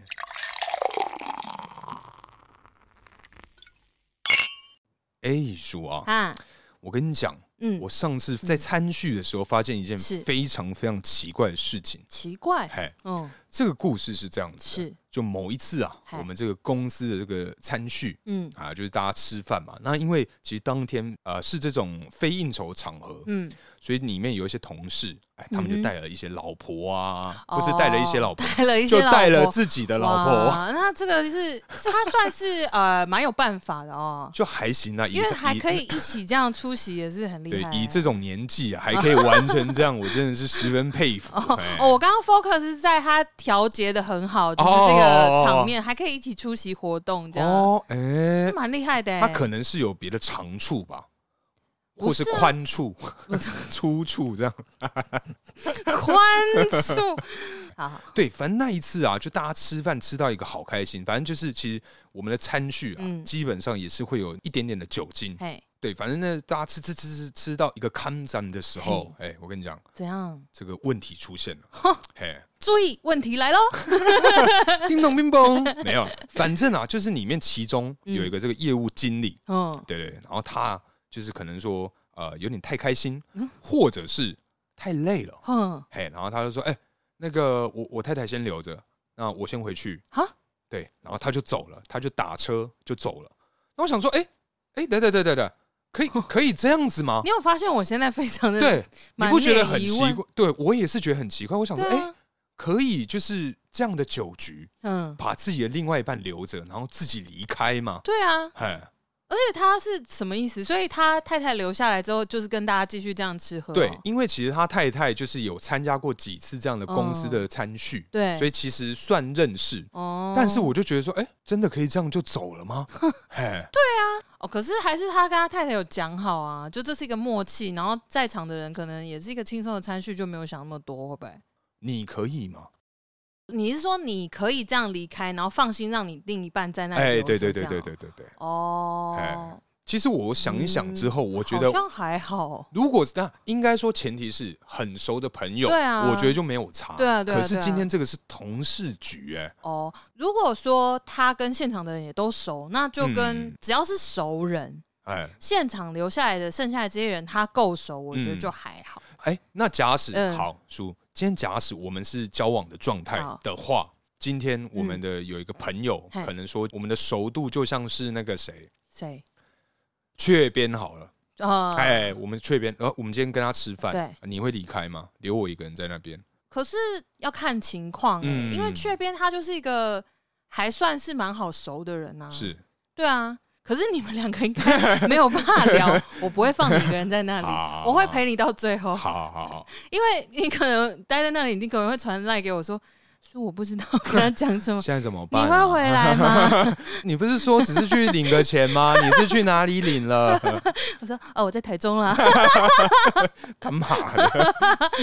[SPEAKER 3] 哎，叔啊，
[SPEAKER 2] 啊，
[SPEAKER 3] 我跟你讲，
[SPEAKER 2] 嗯
[SPEAKER 3] 我上次在参序的时候发现一件
[SPEAKER 2] 是
[SPEAKER 3] 非常非常奇怪的事情。
[SPEAKER 2] 奇怪，
[SPEAKER 3] 嘿，
[SPEAKER 2] 嗯，
[SPEAKER 3] 这个故事是这样子的，
[SPEAKER 2] 是，
[SPEAKER 3] 就某一次啊，
[SPEAKER 2] 嗨
[SPEAKER 3] 我们这个公司的这个餐叙
[SPEAKER 2] 嗯
[SPEAKER 3] 啊，就是大家吃饭嘛。那因为其实当天呃是这种非应酬场合，
[SPEAKER 2] 嗯，
[SPEAKER 3] 所以里面有一些同事，哎，他们
[SPEAKER 2] 嗯哼哦
[SPEAKER 3] 就带了一些老婆啊，不是带了一些老婆，
[SPEAKER 2] 带了一些
[SPEAKER 3] 就
[SPEAKER 2] 老婆，
[SPEAKER 3] 带了自己的老婆，
[SPEAKER 2] 哇。那这个是他算是呃蛮有办法 的哦，
[SPEAKER 3] 就还行啊，以
[SPEAKER 2] 因为还
[SPEAKER 3] 以
[SPEAKER 2] 可以一起这样出席，也是很厉
[SPEAKER 3] 对
[SPEAKER 2] 害。哦
[SPEAKER 3] 以这种年纪啊，还可以完成这样，我真的是十分佩服。哎
[SPEAKER 2] 哦，我刚刚 focus 是在他调节的很好，就是这个场面还可以一起出席活动，这样
[SPEAKER 3] 哦，哎，
[SPEAKER 2] 蛮厉害的欸。
[SPEAKER 3] 他可能是有别的长处吧，
[SPEAKER 2] 不
[SPEAKER 3] 或
[SPEAKER 2] 是
[SPEAKER 3] 是
[SPEAKER 2] 啊
[SPEAKER 3] 宽处、 粗处这样。
[SPEAKER 2] 宽恕，好好
[SPEAKER 3] 对，反正那一次啊，就大家吃饭吃到一个好开心。反正就是，其实我们的餐序啊，
[SPEAKER 2] 嗯
[SPEAKER 3] 基本上也是会有一点点的酒精。
[SPEAKER 2] 嘿，
[SPEAKER 3] 对，反正呢，大家吃吃吃吃吃到一个康展的时候，哎，我跟你讲，
[SPEAKER 2] 怎样？
[SPEAKER 3] 这个问题出现了。嘿，
[SPEAKER 2] 注意，问题来喽！
[SPEAKER 3] 叮咚叮咚，没有，反正啊，就是里面其中有一个这个业务经理，
[SPEAKER 2] 嗯，
[SPEAKER 3] 对对，然后他就是可能说，呃，有点太开心，
[SPEAKER 2] 嗯
[SPEAKER 3] 或者是太累了。
[SPEAKER 2] 哼，
[SPEAKER 3] 嘿，然后他就说：“哎、那个我我太太先留着，那我先回去。”
[SPEAKER 2] 哈，
[SPEAKER 3] 对，然后他就走了，他就打车就走了。那我想说：“哎、哎，等等等等等，可以可以这样子吗
[SPEAKER 2] 你有发现我现在非常的？”
[SPEAKER 3] 对，你
[SPEAKER 2] 蛮
[SPEAKER 3] 不觉
[SPEAKER 2] 内
[SPEAKER 3] 得很
[SPEAKER 2] 疑
[SPEAKER 3] 奇
[SPEAKER 2] 问
[SPEAKER 3] 怪？对我也是觉得很奇怪。我想说：“
[SPEAKER 2] 对
[SPEAKER 3] 哎、
[SPEAKER 2] 啊，
[SPEAKER 3] 可以就是这样的酒局，
[SPEAKER 2] 嗯，
[SPEAKER 3] 把自己的另外一半留着，然后自己离开嘛？”
[SPEAKER 2] 对啊，
[SPEAKER 3] 嘿，
[SPEAKER 2] 而且他是什么意思？所以他太太留下来之后，就是跟大家继续这样吃喝哦、
[SPEAKER 3] 对，因为其实他太太就是有参加过几次这样的公司的餐叙，
[SPEAKER 2] 嗯对
[SPEAKER 3] 所以其实算认识。
[SPEAKER 2] 哦，
[SPEAKER 3] 但是我就觉得说，哎、真的可以这样就走了 吗？嘿，
[SPEAKER 2] 哦，可是还是他跟他太太有讲好啊，就这是一个默契，然后在场的人可能也是一个轻松的餐叙，就没有想那么多，会不会？
[SPEAKER 3] 你可以吗？
[SPEAKER 2] 你是说你可以这样离开，然后放心让你另一半在那里？
[SPEAKER 3] 哎、对对对对对。对对。
[SPEAKER 2] 哦
[SPEAKER 3] 哎，其实我想一
[SPEAKER 2] 嗯
[SPEAKER 3] 想之后，我觉得
[SPEAKER 2] 好像还好。
[SPEAKER 3] 如果是那应该说前提是很熟的朋友，
[SPEAKER 2] 对啊
[SPEAKER 3] 我觉得就没有差。
[SPEAKER 2] 对啊对啊
[SPEAKER 3] 可是
[SPEAKER 2] 对啊
[SPEAKER 3] 今天这个是同事局、哎、
[SPEAKER 2] 哦，如果说他跟现场的人也都熟，那就跟、
[SPEAKER 3] 嗯
[SPEAKER 2] 只要是熟人，
[SPEAKER 3] 哎
[SPEAKER 2] 现场留下来的剩下的这些人，他够熟，我觉得
[SPEAKER 3] 嗯
[SPEAKER 2] 就还好。
[SPEAKER 3] 哎，那假使、
[SPEAKER 2] 嗯
[SPEAKER 3] 好叔，今天假使我们是交往的状态
[SPEAKER 2] 好嗯
[SPEAKER 3] 的话，今天我们的有一个朋友，
[SPEAKER 2] 嘿
[SPEAKER 3] 可能说我们的熟度就像是那个谁
[SPEAKER 2] 谁？
[SPEAKER 3] 雀边好了。
[SPEAKER 2] 呃，
[SPEAKER 3] 哎，我们这边，然后我们今天跟他吃饭，
[SPEAKER 2] 对
[SPEAKER 3] 你会离开吗？留我一个人在那边？
[SPEAKER 2] 可是要看情况、欸，
[SPEAKER 3] 嗯
[SPEAKER 2] 因为雀边他就是一个还算是蛮好熟的人呐、啊。，
[SPEAKER 3] 是
[SPEAKER 2] 对啊。可是你们两个应该没有办法 聊，我不会放你一个人在那里
[SPEAKER 3] 好，
[SPEAKER 2] 我会陪你到最后，
[SPEAKER 3] 啊好好好好，
[SPEAKER 2] 因为你可能待在那里，你可能会传赖给我说，说我不知道跟他讲什么，
[SPEAKER 3] 现在 怎么
[SPEAKER 2] 嗯你
[SPEAKER 3] 办、啊
[SPEAKER 2] 会回来吗？
[SPEAKER 3] 你不是说只是去领个钱吗？你是去哪里领 了？
[SPEAKER 2] 我说哦，我在台中啦。
[SPEAKER 3] 他妈的，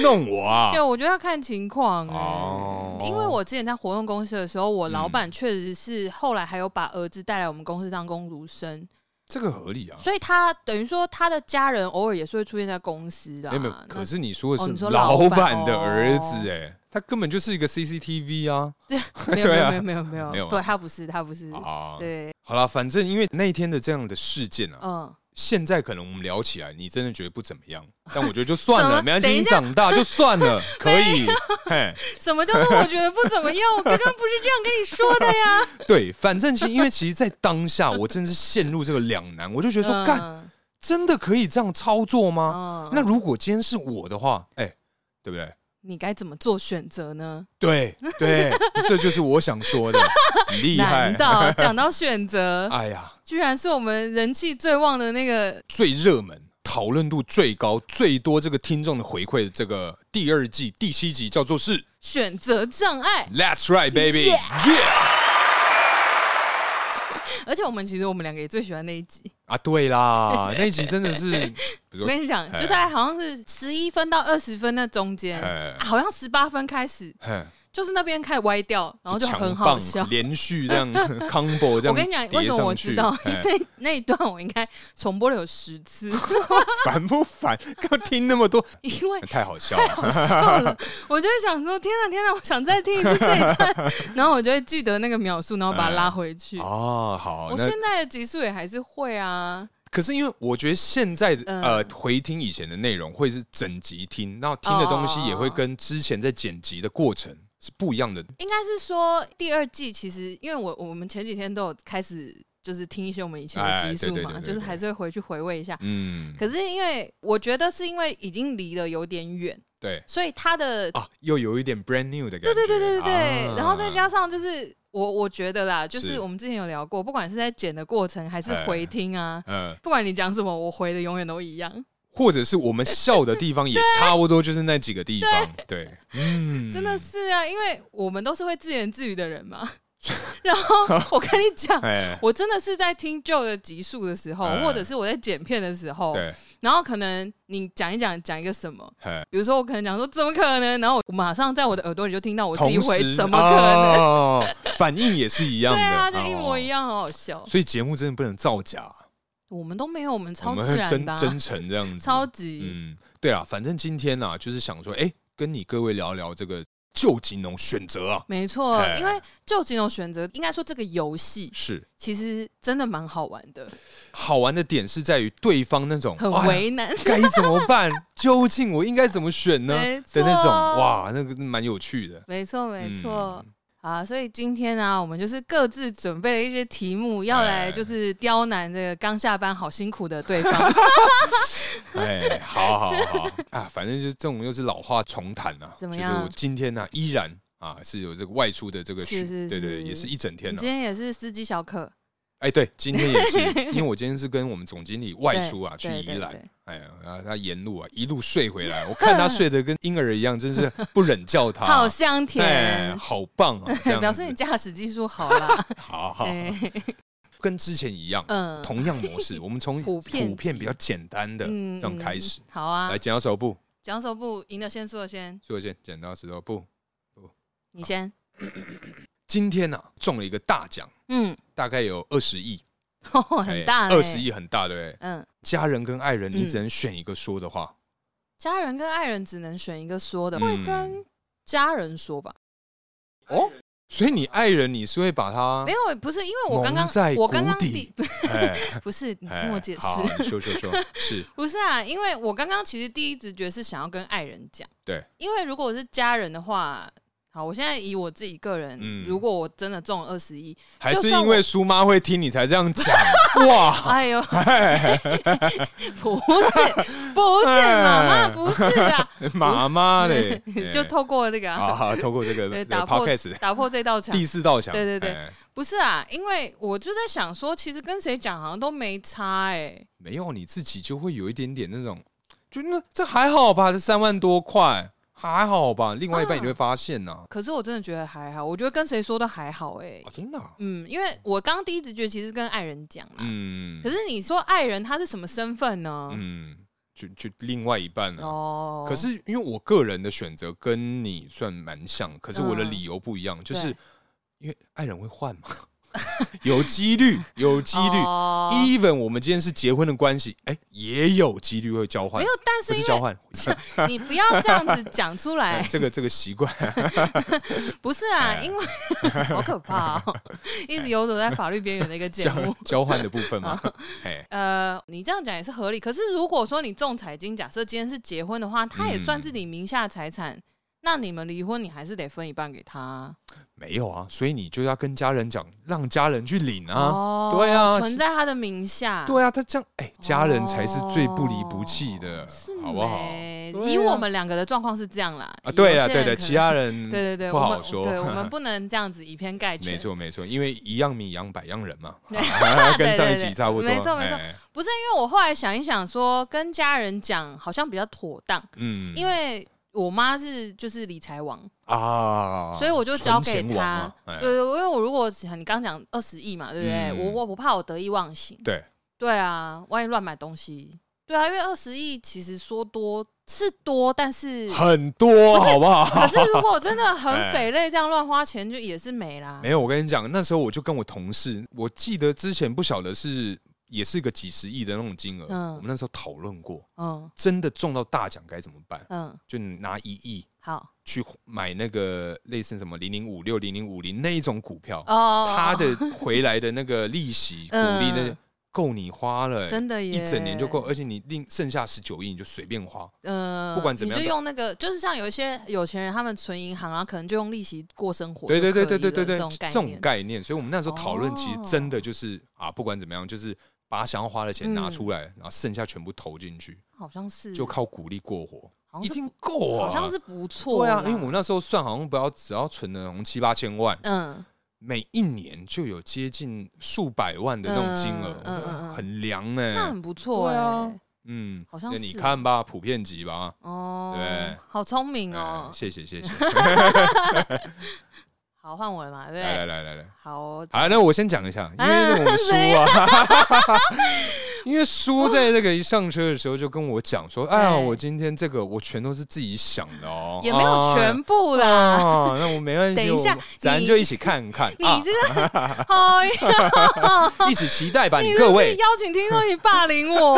[SPEAKER 3] 弄我啊
[SPEAKER 2] 对，！我觉得要看情况、欸。
[SPEAKER 3] 哦嗯
[SPEAKER 2] 因为我之前在活动公司的时候，我老板确实是后来还有把儿子带来我们公司当工读生，
[SPEAKER 3] 这个合理啊。
[SPEAKER 2] 所以他等于说他的家人偶尔也是会出现在公司的、啊。
[SPEAKER 3] 没有没有，
[SPEAKER 2] 那
[SPEAKER 3] 可是你说
[SPEAKER 2] 哦
[SPEAKER 3] 的
[SPEAKER 2] 你
[SPEAKER 3] 是
[SPEAKER 2] 说老
[SPEAKER 3] 老
[SPEAKER 2] 板
[SPEAKER 3] 板的
[SPEAKER 2] 哦
[SPEAKER 3] 儿子哎、他根本就是一个 CCTV 啊
[SPEAKER 2] 没有没
[SPEAKER 3] 对
[SPEAKER 2] 有
[SPEAKER 3] 啊
[SPEAKER 2] 没有没有没有，
[SPEAKER 3] 没有啊
[SPEAKER 2] 对他不是他不是，
[SPEAKER 3] 啊！
[SPEAKER 2] 嗯对，
[SPEAKER 3] 好啦，反正因为那一天的这样的事件啊，
[SPEAKER 2] 嗯，
[SPEAKER 3] 现在可能我们聊起来，你真的觉得不怎么样，但我觉得就算
[SPEAKER 2] 什么
[SPEAKER 3] 了，没关系，
[SPEAKER 2] 等一
[SPEAKER 3] 你
[SPEAKER 2] 下
[SPEAKER 3] 长大就算 了，可以。嘿，
[SPEAKER 2] 什么叫做我觉得不怎么样？我刚刚不是这样跟你说的呀。
[SPEAKER 3] 对，反正其因为其实，在当下我真是陷入这个两难， 我就觉得说，干、
[SPEAKER 2] 嗯
[SPEAKER 3] 真的可以这样操作吗？
[SPEAKER 2] 嗯
[SPEAKER 3] 那如果今天是我的话，哎、对不对？
[SPEAKER 2] 你该怎么做选择呢？
[SPEAKER 3] 对对， 这就是我想说 的，很厉害
[SPEAKER 2] 难。 道讲到选择，
[SPEAKER 3] 哎呀，
[SPEAKER 2] 居然是我们人气最旺的那个
[SPEAKER 3] 最热门、讨论度最高、最多这个听众的回馈的这个第二季第七集叫做是
[SPEAKER 2] 选择障碍？
[SPEAKER 3] That's right, baby, yeah
[SPEAKER 2] 而且我们其实我们两个也最喜欢那一集。
[SPEAKER 3] 啊，对 啦，那一集真的是，比如说
[SPEAKER 2] 我跟你讲，
[SPEAKER 3] 哎
[SPEAKER 2] 就大概好像是十一分到二十分那中间，
[SPEAKER 3] 哎
[SPEAKER 2] 好像十八分开始，
[SPEAKER 3] 嘿
[SPEAKER 2] 就是那边开始歪掉，然后就很
[SPEAKER 3] 强
[SPEAKER 2] 好
[SPEAKER 3] 棒
[SPEAKER 2] 笑。
[SPEAKER 3] 连续这样 combo 这样，
[SPEAKER 2] 我跟你讲，为什么我知道？ 因
[SPEAKER 3] 哎
[SPEAKER 2] 为那那一段我应该重播了有十次，
[SPEAKER 3] 烦不烦？要听那么多，
[SPEAKER 2] 因为
[SPEAKER 3] 太好笑了。
[SPEAKER 2] 笑了，我就会想说：天啊，天啊，我想再听一次这一段，然后我就会记得那个秒数，然后把它拉回去。
[SPEAKER 3] 哎哦，好，
[SPEAKER 2] 我
[SPEAKER 3] 那
[SPEAKER 2] 现在的集数也还是会啊，
[SPEAKER 3] 可是因为我觉得现在的
[SPEAKER 2] 嗯
[SPEAKER 3] 呃回听以前的内容会是整集听，然后听的东西也会跟之前在剪辑的过程是不一样的。
[SPEAKER 2] 应该是说第二季其实，因为我我们前几天都有开始就是听一些我们以前
[SPEAKER 3] 哎
[SPEAKER 2] 的集
[SPEAKER 3] 对
[SPEAKER 2] 数
[SPEAKER 3] 对对
[SPEAKER 2] 嘛，
[SPEAKER 3] 对
[SPEAKER 2] 就是还是会回去回味一下。
[SPEAKER 3] 嗯，
[SPEAKER 2] 可是因为我觉得是因为已经离得有点远，
[SPEAKER 3] 对
[SPEAKER 2] 所以他的
[SPEAKER 3] 啊，又有一点 brand new 的感觉。
[SPEAKER 2] 对对对对对对，
[SPEAKER 3] 啊
[SPEAKER 2] 然后再加上就是我我觉得啦，就是是我们之前有聊过，不管是在剪的过程还是
[SPEAKER 3] 哎
[SPEAKER 2] 回听啊，
[SPEAKER 3] 呃，
[SPEAKER 2] 不管你讲什么，我回的永远都
[SPEAKER 3] 嗯
[SPEAKER 2] 一样，
[SPEAKER 3] 或者是我们笑的地方也差不多，就是那几个地 方。对，嗯，
[SPEAKER 2] 真的是啊，因为我们都是会自言自语的人 嘛。然后我跟你讲，
[SPEAKER 3] 哎，
[SPEAKER 2] 我真的是在听旧的集数的时候，
[SPEAKER 3] 哎
[SPEAKER 2] 或者是我在剪片的时候，
[SPEAKER 3] 对，
[SPEAKER 2] 然后可能你讲一讲讲一个什么，
[SPEAKER 3] 哎，
[SPEAKER 2] 比如说我可能讲说怎么可能，然后我马上在我的耳朵里就听到我自己
[SPEAKER 3] 同
[SPEAKER 2] 回
[SPEAKER 3] 时
[SPEAKER 2] 怎么可能，
[SPEAKER 3] 哦反应也是一样
[SPEAKER 2] 对
[SPEAKER 3] 的，
[SPEAKER 2] 啊，就一模
[SPEAKER 3] 样。
[SPEAKER 2] 一样，好好笑。
[SPEAKER 3] 所以节目真的不能造假，
[SPEAKER 2] 我们都没有，我们
[SPEAKER 3] 我
[SPEAKER 2] 超
[SPEAKER 3] 们
[SPEAKER 2] 自
[SPEAKER 3] 会
[SPEAKER 2] 然
[SPEAKER 3] 真
[SPEAKER 2] 的啊、
[SPEAKER 3] 真诚这样子。
[SPEAKER 2] 超级、
[SPEAKER 3] 嗯，对啊，反正今天呢、就是想说，哎、跟你各位聊聊这个旧金农选择啊，
[SPEAKER 2] 没错
[SPEAKER 3] 哎。
[SPEAKER 2] 因为就几种选择，应该说这个游戏
[SPEAKER 3] 是
[SPEAKER 2] 其实真的蛮好玩的，
[SPEAKER 3] 好玩的点是在于对方那种
[SPEAKER 2] 很
[SPEAKER 3] 哎呀
[SPEAKER 2] 为难。
[SPEAKER 3] 该怎么办， 究竟我应该怎么选呢
[SPEAKER 2] 没
[SPEAKER 3] 的那种，
[SPEAKER 2] 错
[SPEAKER 3] 哇，那个蛮有趣的。
[SPEAKER 2] 没错，没错。
[SPEAKER 3] 嗯
[SPEAKER 2] 好啊，所以今天呢、我们就是各自准备了一些题目，要
[SPEAKER 3] 哎
[SPEAKER 2] 来就是刁难这个刚下班好辛苦 的对方。
[SPEAKER 3] 哎，好好好啊，反正就是这种又是老话重谈啊。
[SPEAKER 2] 怎么
[SPEAKER 3] 就是我
[SPEAKER 2] 样
[SPEAKER 3] 今天呢、依然啊是有这个外出的这个
[SPEAKER 2] 是
[SPEAKER 3] 需，
[SPEAKER 2] 是
[SPEAKER 3] 对对，
[SPEAKER 2] 是
[SPEAKER 3] 也是一整天啊
[SPEAKER 2] 你
[SPEAKER 3] 呢、
[SPEAKER 2] 今天也是司机小可
[SPEAKER 3] 哎，对，今天也 是，因为我今天是跟我们总经理外出啊，去
[SPEAKER 2] 对
[SPEAKER 3] 宜
[SPEAKER 2] 对
[SPEAKER 3] 兰
[SPEAKER 2] 对，
[SPEAKER 3] 哎呀，然后他沿路啊一路睡回来，我看他睡得跟婴儿一样，真是不忍叫他，
[SPEAKER 2] 好香
[SPEAKER 3] 哎，
[SPEAKER 2] 甜，
[SPEAKER 3] 好棒啊，这样
[SPEAKER 2] 表示你
[SPEAKER 3] 子
[SPEAKER 2] 驾驶技术好啦。
[SPEAKER 3] 好好，
[SPEAKER 2] 哎
[SPEAKER 3] 跟之前一样，
[SPEAKER 2] 嗯
[SPEAKER 3] 同样模式，我们从
[SPEAKER 2] 普遍嗯
[SPEAKER 3] 比较简单的这样开始，
[SPEAKER 2] 好啊
[SPEAKER 3] 来，剪刀石头布，
[SPEAKER 2] 讲手部赢的先输的先，
[SPEAKER 3] 所以我先剪刀石头布。
[SPEAKER 2] 你先。
[SPEAKER 3] 今天呢中了一个大奖，
[SPEAKER 2] 嗯，
[SPEAKER 3] 大概有二十亿，
[SPEAKER 2] 哦很大嘞，
[SPEAKER 3] 哎二十亿很大，对不对？
[SPEAKER 2] 嗯，
[SPEAKER 3] 家人跟爱人，你
[SPEAKER 2] 嗯
[SPEAKER 3] 只能选一个说的话，
[SPEAKER 2] 家人跟爱人只能选一个说的，
[SPEAKER 3] 嗯
[SPEAKER 2] 会跟家人说吧？
[SPEAKER 3] 哦，所以你爱人，你是会把他
[SPEAKER 2] 没有，不是，因为我刚刚
[SPEAKER 3] 啊蒙在
[SPEAKER 2] 我刚刚
[SPEAKER 3] 鼓底
[SPEAKER 2] 第
[SPEAKER 3] 哎，
[SPEAKER 2] 不是，你
[SPEAKER 3] 哎
[SPEAKER 2] 听我解
[SPEAKER 3] 好
[SPEAKER 2] 释，
[SPEAKER 3] 你说说说， 是
[SPEAKER 2] 不是啊，因为我刚刚其实第一直觉是想要跟爱人讲，
[SPEAKER 3] 对，
[SPEAKER 2] 因为如果是家人的话。好，我现在以我自己个人，
[SPEAKER 3] 嗯
[SPEAKER 2] 如果我真的中了二十一，
[SPEAKER 3] 还
[SPEAKER 2] 就是算
[SPEAKER 3] 因为
[SPEAKER 2] 我
[SPEAKER 3] 苏妈会听你才这样讲哇？
[SPEAKER 2] 哎 呦，不是，不是，
[SPEAKER 3] 哎
[SPEAKER 2] 妈妈， 不是啊，，
[SPEAKER 3] 妈妈嘞
[SPEAKER 2] 就透过这个啊、
[SPEAKER 3] 啊，好透过这个
[SPEAKER 2] 对
[SPEAKER 3] 这
[SPEAKER 2] 打
[SPEAKER 3] 个
[SPEAKER 2] 破
[SPEAKER 3] podcast
[SPEAKER 2] 打破这道墙，
[SPEAKER 3] 第四道墙，
[SPEAKER 2] 对对对
[SPEAKER 3] 哎，
[SPEAKER 2] 不是啊，因为我就在想说，其实跟谁讲好像都没差哎、
[SPEAKER 3] 没有你自己就会有一点点那种，就那这还好吧，这三万多块还好吧，另外一半你就会发现呐，
[SPEAKER 2] 可是我真的觉得还好，我觉得跟谁说都还好哎、
[SPEAKER 3] 啊，真的啊，
[SPEAKER 2] 嗯，因为我刚第一直觉其实跟爱人讲啦，
[SPEAKER 3] 嗯
[SPEAKER 2] 啊可是你说爱人他是什么身份呢？
[SPEAKER 3] 嗯，就就另外一半啊。
[SPEAKER 2] 哦，
[SPEAKER 3] 可是因为我个人的选择跟你算蛮像，可是我的
[SPEAKER 2] 嗯
[SPEAKER 3] 理由不一样，就是
[SPEAKER 2] 对
[SPEAKER 3] 因为爱人会换嘛， 有几率，有几率。
[SPEAKER 2] 哦
[SPEAKER 3] even 我们今天是结婚的关系，哎、也有几率会交换
[SPEAKER 2] 没有，，但
[SPEAKER 3] 不
[SPEAKER 2] 是
[SPEAKER 3] 是
[SPEAKER 2] 因
[SPEAKER 3] 交 换，
[SPEAKER 2] 为你不要这样子讲出来，
[SPEAKER 3] 这个这个习惯，
[SPEAKER 2] 不是啊， 因为好可怕哦，一直游走在法律边缘的一个节
[SPEAKER 3] 交
[SPEAKER 2] 目。
[SPEAKER 3] 交换的部分 嘛，哎、
[SPEAKER 2] 呃，你这样讲也是合理。可是如果说你中彩金，假设今天是结婚的话，他也
[SPEAKER 3] 嗯
[SPEAKER 2] 算是你名下财产，那你们离婚，你还是得分一半给他啊
[SPEAKER 3] 没有啊，所以你就要跟家人讲，让家人去领啊，
[SPEAKER 2] 哦
[SPEAKER 3] 对啊
[SPEAKER 2] 存在他的名下，
[SPEAKER 3] 对啊，他这样，哎、家人才是最不离不弃的，
[SPEAKER 2] 哦是
[SPEAKER 3] 好不好？
[SPEAKER 2] 没
[SPEAKER 3] 对啊
[SPEAKER 2] 以我们两个的状况是这样啦，
[SPEAKER 3] 啊，对啊，
[SPEAKER 2] 有些
[SPEAKER 3] 对的，
[SPEAKER 2] 人可能
[SPEAKER 3] 其他人
[SPEAKER 2] 对对对，
[SPEAKER 3] 不
[SPEAKER 2] 我
[SPEAKER 3] 好
[SPEAKER 2] 们
[SPEAKER 3] 说，
[SPEAKER 2] 对我 们不能这样子以偏概全，
[SPEAKER 3] 没，错没错，因为一样米养百样人嘛，
[SPEAKER 2] 对
[SPEAKER 3] 跟上一
[SPEAKER 2] 对对
[SPEAKER 3] 集
[SPEAKER 2] 对
[SPEAKER 3] 差不多，
[SPEAKER 2] 没错没错
[SPEAKER 3] 哎
[SPEAKER 2] 不是因为我后来想一想说，跟家人讲好像比较妥当，
[SPEAKER 3] 嗯
[SPEAKER 2] 因为我妈是就是理财王，
[SPEAKER 3] 啊，
[SPEAKER 2] 所以我就交给
[SPEAKER 3] 存钱王
[SPEAKER 2] 他
[SPEAKER 3] 啊。哎
[SPEAKER 2] 对对，因为我如果你刚讲二十亿嘛，对不对？
[SPEAKER 3] 嗯
[SPEAKER 2] 我我不怕我得意忘形。
[SPEAKER 3] 对
[SPEAKER 2] 对啊，万一乱买东西。对啊，因为二十亿其实说多是多，但是
[SPEAKER 3] 很多，
[SPEAKER 2] 不是
[SPEAKER 3] 好不好？
[SPEAKER 2] 可是如果真的很
[SPEAKER 3] 哎
[SPEAKER 2] 匪类这样乱花钱，就也是没啦
[SPEAKER 3] 没。有，我跟你讲，那时候我就跟我同事，我记得之前不晓得是也是个几十亿的那种金额，
[SPEAKER 2] 嗯
[SPEAKER 3] 我们那时候讨论过，
[SPEAKER 2] 嗯
[SPEAKER 3] 真的中到大奖该怎么办？
[SPEAKER 2] 嗯，
[SPEAKER 3] 就拿一亿
[SPEAKER 2] 好
[SPEAKER 3] 去买那个类似什么零零五六、零零五零那一种股票，
[SPEAKER 2] 哦，
[SPEAKER 3] 它的回来的那个利息、股利
[SPEAKER 2] 嗯
[SPEAKER 3] 那些够你花了、欸，
[SPEAKER 2] 真的耶，
[SPEAKER 3] 一整年就够，。而且你另剩下十九亿你就随便花，
[SPEAKER 2] 呃，
[SPEAKER 3] 不管怎么样
[SPEAKER 2] 你就用那个，就是像有一些有钱人，他们存银行，然后可能就用利息过生活。
[SPEAKER 3] 对对对
[SPEAKER 2] 就可
[SPEAKER 3] 对
[SPEAKER 2] 以
[SPEAKER 3] 对对对，
[SPEAKER 2] 了这种概
[SPEAKER 3] 这种
[SPEAKER 2] 念
[SPEAKER 3] 概念。所以我们那时候讨论，其实
[SPEAKER 2] 哦
[SPEAKER 3] 真的就是、啊，不管怎么样，就是把想要花的钱拿
[SPEAKER 2] 嗯
[SPEAKER 3] 出来，然后剩下全部投进去，
[SPEAKER 2] 好像是，
[SPEAKER 3] 就靠鼓励过活，
[SPEAKER 2] 好像
[SPEAKER 3] 一
[SPEAKER 2] 是
[SPEAKER 3] 定
[SPEAKER 2] 不
[SPEAKER 3] 够啊，
[SPEAKER 2] 好像是不错
[SPEAKER 3] 对
[SPEAKER 2] 啦。
[SPEAKER 3] 啊，因为我们那时候算好像不要只要存了红七八千万，
[SPEAKER 2] 嗯，
[SPEAKER 3] 每一年就有接近数百万的那种金额
[SPEAKER 2] 嗯，嗯嗯嗯
[SPEAKER 3] 很凉呢、
[SPEAKER 2] 那很不错
[SPEAKER 3] 对啊
[SPEAKER 2] 哎。
[SPEAKER 3] 嗯，
[SPEAKER 2] 好像
[SPEAKER 3] 那
[SPEAKER 2] 是
[SPEAKER 3] 你看吧，普遍级吧，
[SPEAKER 2] 哦，
[SPEAKER 3] 对
[SPEAKER 2] 好聪明
[SPEAKER 3] 哎
[SPEAKER 2] 哦。
[SPEAKER 3] 谢谢谢谢，
[SPEAKER 2] 好，换我了 嘛，对不
[SPEAKER 3] 来来
[SPEAKER 2] 对？
[SPEAKER 3] 来来来。
[SPEAKER 2] 好哦，
[SPEAKER 3] 啊，那我先讲一下，因为我们叔啊， 因为叔在这个一上车的时候就跟我讲说，哎呀，
[SPEAKER 2] 对
[SPEAKER 3] 我今天这个我全都是自己想的哦，
[SPEAKER 2] 也没有全部
[SPEAKER 3] 啊
[SPEAKER 2] 啦。
[SPEAKER 3] 啊，那我没关系，
[SPEAKER 2] 等一下
[SPEAKER 3] 我咱
[SPEAKER 2] 你
[SPEAKER 3] 就一起看看
[SPEAKER 2] 你
[SPEAKER 3] 啊，
[SPEAKER 2] 这个， 哎呀，
[SPEAKER 3] 一起期待吧，
[SPEAKER 2] 你
[SPEAKER 3] 你
[SPEAKER 2] 这
[SPEAKER 3] 各
[SPEAKER 2] 是
[SPEAKER 3] 位。
[SPEAKER 2] 邀请听众，你霸凌我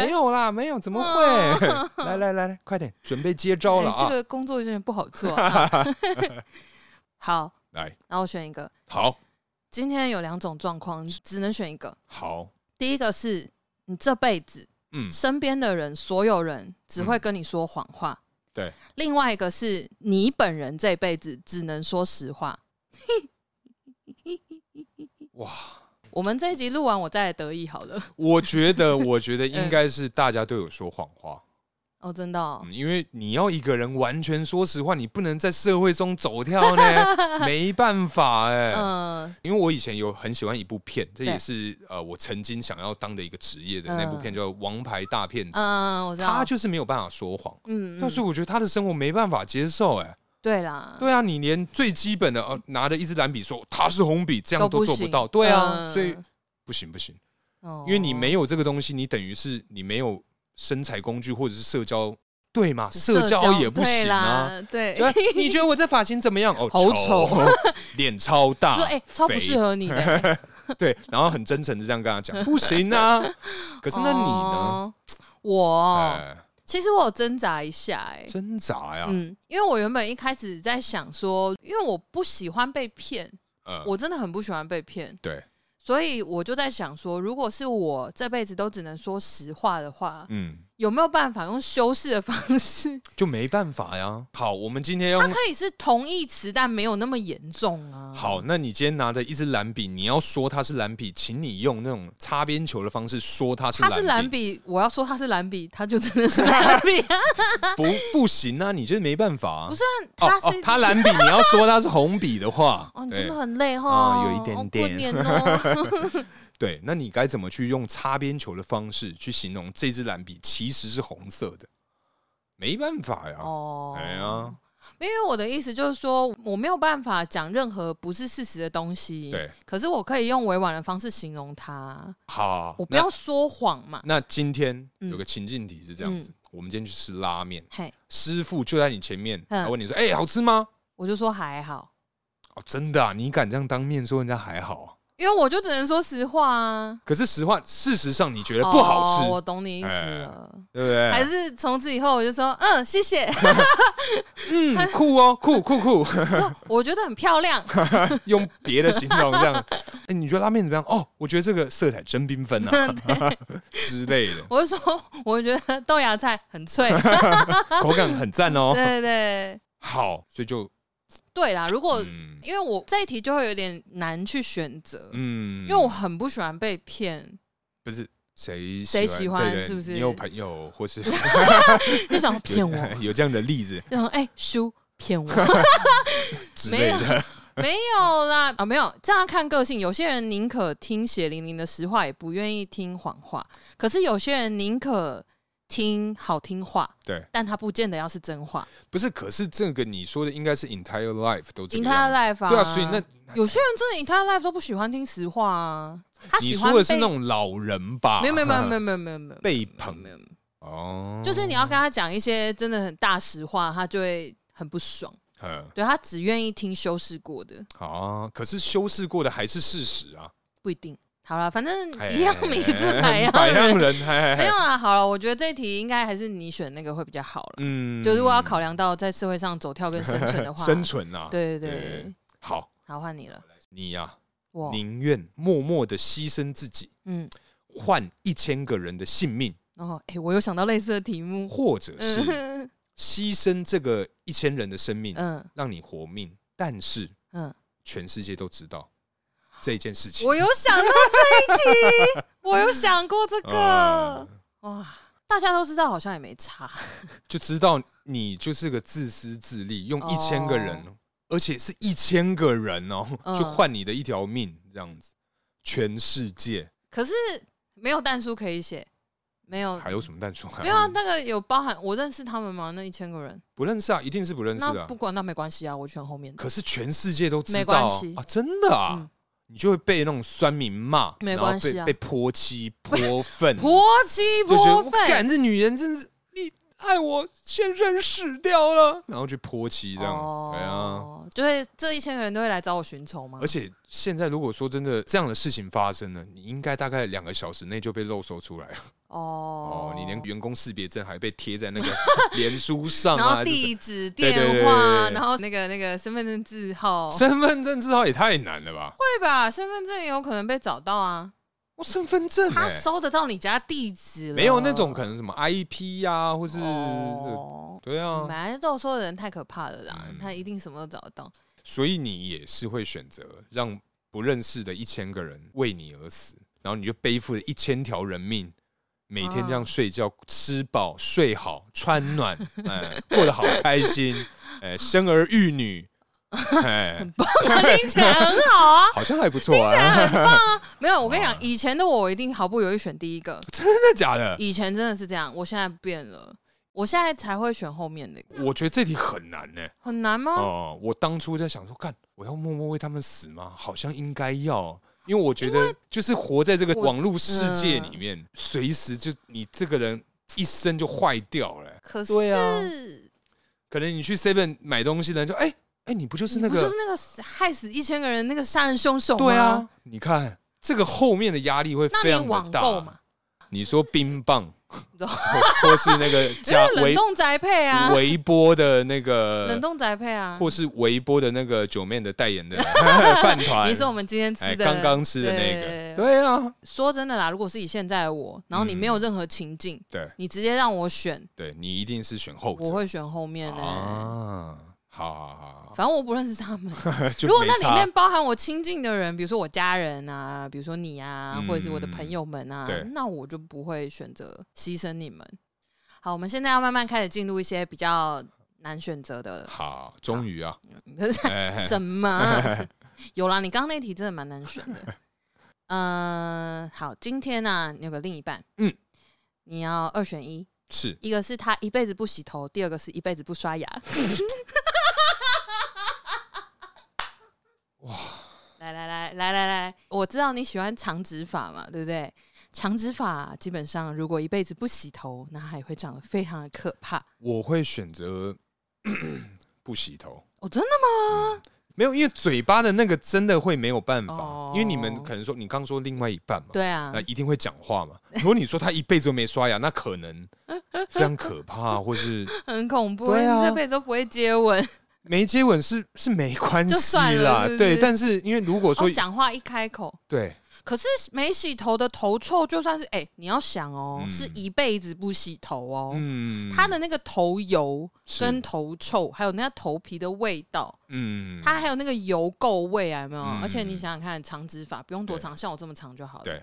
[SPEAKER 3] 没有啦，没有，怎么 会？来来来来，快点，准备接招了
[SPEAKER 2] 哎这
[SPEAKER 3] 啊！
[SPEAKER 2] 个工作有点不好做、 啊。好，
[SPEAKER 3] 来，
[SPEAKER 2] 然后我选一个。
[SPEAKER 3] 好，
[SPEAKER 2] 今天有两种状况，你只能选一个。
[SPEAKER 3] 好，
[SPEAKER 2] 第一个是你这辈子
[SPEAKER 3] 嗯，
[SPEAKER 2] 身边的人，所有人只会跟你说谎话。
[SPEAKER 3] 对。
[SPEAKER 2] 另外一个是你本人这辈子只能说实话。
[SPEAKER 3] 哇，
[SPEAKER 2] 我们这一集录完，我再来得意好了。
[SPEAKER 3] 我觉得，我觉得
[SPEAKER 2] 嗯
[SPEAKER 3] 应该是大家对我说谎话。
[SPEAKER 2] 哦，真的、哦
[SPEAKER 3] 嗯，因为你要一个人完全说实话，你不能在社会中走跳呢， 没办法哎、
[SPEAKER 2] 嗯，
[SPEAKER 3] 因为我以前有很喜欢一部片，这
[SPEAKER 2] 对嗯
[SPEAKER 3] 也是呃我曾经想要当的一个职业的那部片，叫《王牌大骗子》，
[SPEAKER 2] 嗯，我知道。
[SPEAKER 3] 他就是没有办法说谎，
[SPEAKER 2] 嗯，
[SPEAKER 3] 但是
[SPEAKER 2] 嗯
[SPEAKER 3] 我觉得他的生活没办法接受哎、
[SPEAKER 2] 对啦，
[SPEAKER 3] 对啊，你连最基本的呃拿着一支蓝笔说他是红笔，这样都
[SPEAKER 2] 不
[SPEAKER 3] 做不
[SPEAKER 2] 行
[SPEAKER 3] 到，对啊，
[SPEAKER 2] 嗯
[SPEAKER 3] 所以不行不行，
[SPEAKER 2] 哦
[SPEAKER 3] 因为你没有这个东西，你等于是你没有生财工具或者是社交。对嘛，社交也不
[SPEAKER 2] 对
[SPEAKER 3] 行啊，
[SPEAKER 2] 啦，对，
[SPEAKER 3] 对啊， 你觉得我这发型怎么样？哦，
[SPEAKER 2] 好
[SPEAKER 3] 丑，脸超大，
[SPEAKER 2] 说哎、超不
[SPEAKER 3] 肥
[SPEAKER 2] 适合你的。
[SPEAKER 3] 对，然后很真诚的这样跟他 讲，不行啊。可是那你呢？
[SPEAKER 2] 哦？我哦
[SPEAKER 3] 哎，
[SPEAKER 2] 其实我有挣扎一下、哎，
[SPEAKER 3] 挣扎呀，
[SPEAKER 2] 嗯，因为我原本一开始在想说，因为我不喜欢被骗，
[SPEAKER 3] 呃
[SPEAKER 2] 我真的很不喜欢被骗，
[SPEAKER 3] 对，
[SPEAKER 2] 所以我就在想说，如果是我这辈子都只能说实话的话，
[SPEAKER 3] 嗯，
[SPEAKER 2] 有没有办法用修饰的方式？
[SPEAKER 3] 就没办法呀。好，我们今天
[SPEAKER 2] 它
[SPEAKER 3] 用
[SPEAKER 2] 可以是同义词，但没有那么严重啊。
[SPEAKER 3] 好，那你今天拿着一支蓝笔，你要说它是蓝笔，请你用那种擦边球的方式说它是
[SPEAKER 2] 它是蓝
[SPEAKER 3] 蓝笔，
[SPEAKER 2] 笔，我要说它是蓝笔，它就真 的是蓝笔、啊，
[SPEAKER 3] 不不行啊，你就是没办法啊。
[SPEAKER 2] 不是
[SPEAKER 3] 哦
[SPEAKER 2] 它
[SPEAKER 3] 哦
[SPEAKER 2] 是，
[SPEAKER 3] 它蓝笔，你要说它是红笔的话，
[SPEAKER 2] 哦，你
[SPEAKER 3] 对
[SPEAKER 2] 真的很累哈、
[SPEAKER 3] 哦有一点
[SPEAKER 2] 哦
[SPEAKER 3] 点
[SPEAKER 2] 过年 哦，
[SPEAKER 3] 对，那你该怎么去用擦边球的方式去形容这支蓝笔其实是红色的？没办法呀，
[SPEAKER 2] 哦
[SPEAKER 3] 哎呀，
[SPEAKER 2] 因为我的意思就是说，我没有办法讲任何不是事实的东西，
[SPEAKER 3] 对，
[SPEAKER 2] 可是我可以用委婉的方式形容它，
[SPEAKER 3] 好，
[SPEAKER 2] 我不要说谎嘛，
[SPEAKER 3] 那。那今天
[SPEAKER 2] 嗯
[SPEAKER 3] 有个情境题是这样子，我们今天去吃拉面，
[SPEAKER 2] 嘿，
[SPEAKER 3] 师傅就在你前面，
[SPEAKER 2] 嗯
[SPEAKER 3] 他问你说：“哎、好吃吗
[SPEAKER 2] 我就说还好，？”
[SPEAKER 3] 哦，真的啊，你敢这样当面说人家还好啊、
[SPEAKER 2] 因为我就只能说实话啊，
[SPEAKER 3] 可是实话，事实上你觉得不好吃，哎
[SPEAKER 2] 哦我懂你意思了。
[SPEAKER 3] 对不对？
[SPEAKER 2] 还是从此以后我就说，嗯，谢谢。
[SPEAKER 3] 嗯，酷哦，酷酷酷，
[SPEAKER 2] 我觉得很漂亮，
[SPEAKER 3] 用别的形容这样。 哎、你觉得拉面怎么样？哦，我觉得这个色彩真缤纷 啊之类的，
[SPEAKER 2] 我就说，我觉得豆芽菜很 脆。
[SPEAKER 3] 哦口感很赞哦。
[SPEAKER 2] 对对对
[SPEAKER 3] 好，所以就
[SPEAKER 2] 对啦，如果、
[SPEAKER 3] 嗯
[SPEAKER 2] 因为我这一题就会有点难去选择，
[SPEAKER 3] 嗯
[SPEAKER 2] 因为我很不喜欢被骗，
[SPEAKER 3] 不是谁
[SPEAKER 2] 谁喜欢
[SPEAKER 3] 对对
[SPEAKER 2] 是不是
[SPEAKER 3] 你有朋友或是
[SPEAKER 2] 就想 骗我，
[SPEAKER 3] 有这样的例子
[SPEAKER 2] 就想哎叔骗我，
[SPEAKER 3] 之类的？
[SPEAKER 2] 没有啦啊没有，这样看个性，有些人宁可听血淋淋的实话，也不愿意听谎话。可是有些人宁可听好听话，
[SPEAKER 3] 对，
[SPEAKER 2] 但他不见得要是真话。
[SPEAKER 3] 不是，可是这个你说的应该是 entire life 都这
[SPEAKER 2] i
[SPEAKER 3] 个
[SPEAKER 2] n t
[SPEAKER 3] 样
[SPEAKER 2] i
[SPEAKER 3] 子
[SPEAKER 2] life 啊，
[SPEAKER 3] 对啊，所以那
[SPEAKER 2] 有些人真的 i n t i life 都不喜欢听实话啊，他
[SPEAKER 3] 你
[SPEAKER 2] 喜欢
[SPEAKER 3] 说的是
[SPEAKER 2] 被
[SPEAKER 3] 那种老人吧？
[SPEAKER 2] 没有没有没有没有没有没有没有
[SPEAKER 3] 被捧
[SPEAKER 2] 没有，没有
[SPEAKER 3] 哦，
[SPEAKER 2] 就是你要跟他讲一些真的很大实话，他就会很不爽。
[SPEAKER 3] 嗯
[SPEAKER 2] 对他只愿意听修饰过的，
[SPEAKER 3] 啊，可是修饰过的还是事实啊，
[SPEAKER 2] 不一定。好了，反正
[SPEAKER 3] 哎
[SPEAKER 2] 一样米字百样
[SPEAKER 3] 百哎样
[SPEAKER 2] 人。
[SPEAKER 3] 人，嘿嘿
[SPEAKER 2] 啊没
[SPEAKER 3] 嘿
[SPEAKER 2] 有啊，好了，我觉得这一题应该还是你选那个会比较好了。
[SPEAKER 3] 嗯
[SPEAKER 2] 就如果要考量到在社会上走跳跟生存的话，
[SPEAKER 3] 生，存啊，
[SPEAKER 2] 对对
[SPEAKER 3] 对
[SPEAKER 2] 对，
[SPEAKER 3] 好，
[SPEAKER 2] 好换你了，
[SPEAKER 3] 你呀，啊
[SPEAKER 2] 我，
[SPEAKER 3] 宁愿默默的牺牲自己，
[SPEAKER 2] 嗯，
[SPEAKER 3] 换一千个人的性命，
[SPEAKER 2] 哦，哎、我有想到类似的题目，
[SPEAKER 3] 或者是
[SPEAKER 2] 嗯
[SPEAKER 3] 牺牲这个一千人的生命，
[SPEAKER 2] 嗯
[SPEAKER 3] 让你活命，但是
[SPEAKER 2] 嗯，
[SPEAKER 3] 全世界都知道这一件事情。
[SPEAKER 2] 我有想到这 一题，我有想过这
[SPEAKER 3] 啊
[SPEAKER 2] 个，哇，大家都知道，好像也没差，
[SPEAKER 3] 就知道你就是个自私自利，用
[SPEAKER 2] 哦
[SPEAKER 3] 一千个人，而且是一千个人哦，
[SPEAKER 2] 嗯
[SPEAKER 3] 就换你的一条命这样子。全世界
[SPEAKER 2] 可是没有蛋书可以写，没有，
[SPEAKER 3] 还有什么蛋出来？
[SPEAKER 2] 没有啊，那个有包含我认识他们吗？那一千个人，
[SPEAKER 3] 不认识啊，一定是不认识的
[SPEAKER 2] 那
[SPEAKER 3] 啊
[SPEAKER 2] 不。管，那没关系啊，我全后面的，
[SPEAKER 3] 可是全世界都知
[SPEAKER 2] 没
[SPEAKER 3] 道
[SPEAKER 2] 关
[SPEAKER 3] 啊
[SPEAKER 2] 系
[SPEAKER 3] 啊真的啊，
[SPEAKER 2] 嗯
[SPEAKER 3] 你就会被那种酸民骂，
[SPEAKER 2] 没
[SPEAKER 3] 然后
[SPEAKER 2] 关系啊
[SPEAKER 3] 被被泼妻泼粪，
[SPEAKER 2] 婆妻
[SPEAKER 3] 就觉得我
[SPEAKER 2] 婆分
[SPEAKER 3] 感这女人真是你害我现任死掉了，然后去泼妻这样，对啊。
[SPEAKER 2] 哦，就会这一千个人都会来找我寻仇吗
[SPEAKER 3] 而？且现在如果说真的这样的事情发生了，你应该大概两个小时内就被漏搜出来了。
[SPEAKER 2] 哦
[SPEAKER 3] 哦，你连员工识别证还被贴在那 个脸书上
[SPEAKER 2] 然
[SPEAKER 3] 啊，
[SPEAKER 2] 后
[SPEAKER 3] 还是
[SPEAKER 2] 地址、
[SPEAKER 3] 对对对
[SPEAKER 2] 电话，
[SPEAKER 3] 对对对
[SPEAKER 2] 然后那个那个身份证字号，
[SPEAKER 3] 什么身份证至少也太难了吧？
[SPEAKER 2] 会吧？身份证也有可能被找到啊，
[SPEAKER 3] 我身份证、
[SPEAKER 2] 他
[SPEAKER 3] 欸、
[SPEAKER 2] 搜得到你家地址了，
[SPEAKER 3] 没有那种可能什么 IP 呀、或是、
[SPEAKER 2] 哦，
[SPEAKER 3] 对啊
[SPEAKER 2] 本，来肉搜的人太可怕了啦
[SPEAKER 3] 嗯，
[SPEAKER 2] 他一定什么都找得 到。
[SPEAKER 3] 所以你也是会选择让不认识的一千个人为你而死，然后你就背负了一千条人命，每天这样睡觉、吃饱、睡好、穿暖，哎，过得好开心，哎，生儿育女，哎，
[SPEAKER 2] 听起来很好 啊，
[SPEAKER 3] 好像还不错啊，
[SPEAKER 2] 没有，我跟你讲，以前的我一定毫不犹豫选第一个，
[SPEAKER 3] 真的假的？
[SPEAKER 2] 以前真的是这样，我现在变了，我现在才会选后面的，
[SPEAKER 3] 我觉得这题很难呢、
[SPEAKER 2] 很难吗？
[SPEAKER 3] 哦，我当初在想说，干，我要默默为他们死吗？好像应该要，因为我觉得就是活在这个
[SPEAKER 2] 我嗯
[SPEAKER 3] 网络世界里面，随、时就你这个人一生就坏掉了欸、
[SPEAKER 2] 可是
[SPEAKER 3] 对啊可能你去 Seven 买东西的人就，哎、哎、你不就是
[SPEAKER 2] 你
[SPEAKER 3] 那
[SPEAKER 2] 不
[SPEAKER 3] 个？
[SPEAKER 2] 就是那个死害死一千个人那个杀人凶手吗？
[SPEAKER 3] 对啊，，你看这个后面的压力会
[SPEAKER 2] 那
[SPEAKER 3] 非常
[SPEAKER 2] 你
[SPEAKER 3] 的
[SPEAKER 2] 网
[SPEAKER 3] 大。
[SPEAKER 2] 购嘛，
[SPEAKER 3] 你说冰 棒，
[SPEAKER 2] 懂
[SPEAKER 3] 或或是那个加
[SPEAKER 2] 就是冷
[SPEAKER 3] 微
[SPEAKER 2] 冻宅配啊，
[SPEAKER 3] 微波的那个
[SPEAKER 2] 冷冻宅配啊，
[SPEAKER 3] 或是微波的那个九妹的代 言的饭团，
[SPEAKER 2] 你是我们今天
[SPEAKER 3] 哎
[SPEAKER 2] 吃的
[SPEAKER 3] 刚刚吃的那
[SPEAKER 2] 对
[SPEAKER 3] 个，对啊，
[SPEAKER 2] 说真的啦，如果是以现在的我，然后你
[SPEAKER 3] 嗯
[SPEAKER 2] 没有任何情境，
[SPEAKER 3] 对
[SPEAKER 2] 你直接让我选，
[SPEAKER 3] 对，你一定是选后者，
[SPEAKER 2] 我会选后面的、
[SPEAKER 3] 啊，好好好
[SPEAKER 2] 反正我不认识他们。
[SPEAKER 3] 好，就
[SPEAKER 2] 如果
[SPEAKER 3] 没
[SPEAKER 2] 那里
[SPEAKER 3] 差
[SPEAKER 2] 面包含我亲近的人，比如说我家人啊，比如说你啊，
[SPEAKER 3] 嗯
[SPEAKER 2] 或者是我的朋友们啊
[SPEAKER 3] 对，
[SPEAKER 2] 那我就不会选择牺牲你们。好，我们现在要慢慢开始进入一些比较难选 择的。
[SPEAKER 3] 好，终于啊， 哎
[SPEAKER 2] 什 么？有啦，你刚刚那题真的蛮难选的。嗯，好，今天呢、啊，你有个另一半，
[SPEAKER 3] 嗯，
[SPEAKER 2] 你要二选一，
[SPEAKER 3] 是
[SPEAKER 2] 一个是他一辈子不洗头，第二个是一辈子不刷牙。 哇！来来来来来来，我知道你喜欢长直发嘛，对不对？长直发基本上，如果一辈子不洗头，那它也会长得非常的可怕。
[SPEAKER 3] 我会选择不洗头。
[SPEAKER 2] 哦，真的吗？
[SPEAKER 3] 没有，因为嘴巴的那个真的会没有办法，
[SPEAKER 2] 哦
[SPEAKER 3] 因为你们可能说你刚说另外一半嘛，
[SPEAKER 2] 对啊
[SPEAKER 3] 那，一定会讲话嘛。如果你说他一辈子都没刷牙，那可 能非常可怕，或是
[SPEAKER 2] 很恐怖，
[SPEAKER 3] 对啊
[SPEAKER 2] 你这辈子都不会接吻。
[SPEAKER 3] 没接吻是是没关
[SPEAKER 2] 就
[SPEAKER 3] 系
[SPEAKER 2] 算
[SPEAKER 3] 啦，
[SPEAKER 2] 了是不
[SPEAKER 3] 对。
[SPEAKER 2] 是
[SPEAKER 3] 但是因为如果说、
[SPEAKER 2] 哦讲话一开口，
[SPEAKER 3] 对，
[SPEAKER 2] 可是没洗头的头臭，就算是哎、你要想哦，
[SPEAKER 3] 嗯
[SPEAKER 2] 是一辈子不洗头哦，
[SPEAKER 3] 嗯
[SPEAKER 2] 它的那个头油
[SPEAKER 3] 是
[SPEAKER 2] 跟头臭，还有那个头皮的味道，
[SPEAKER 3] 嗯
[SPEAKER 2] 它还有那个油垢味啊，有没有？
[SPEAKER 3] 嗯
[SPEAKER 2] 而且你想想看，长直发不用多
[SPEAKER 3] 对
[SPEAKER 2] 长，像我这么长就好了。
[SPEAKER 3] 对，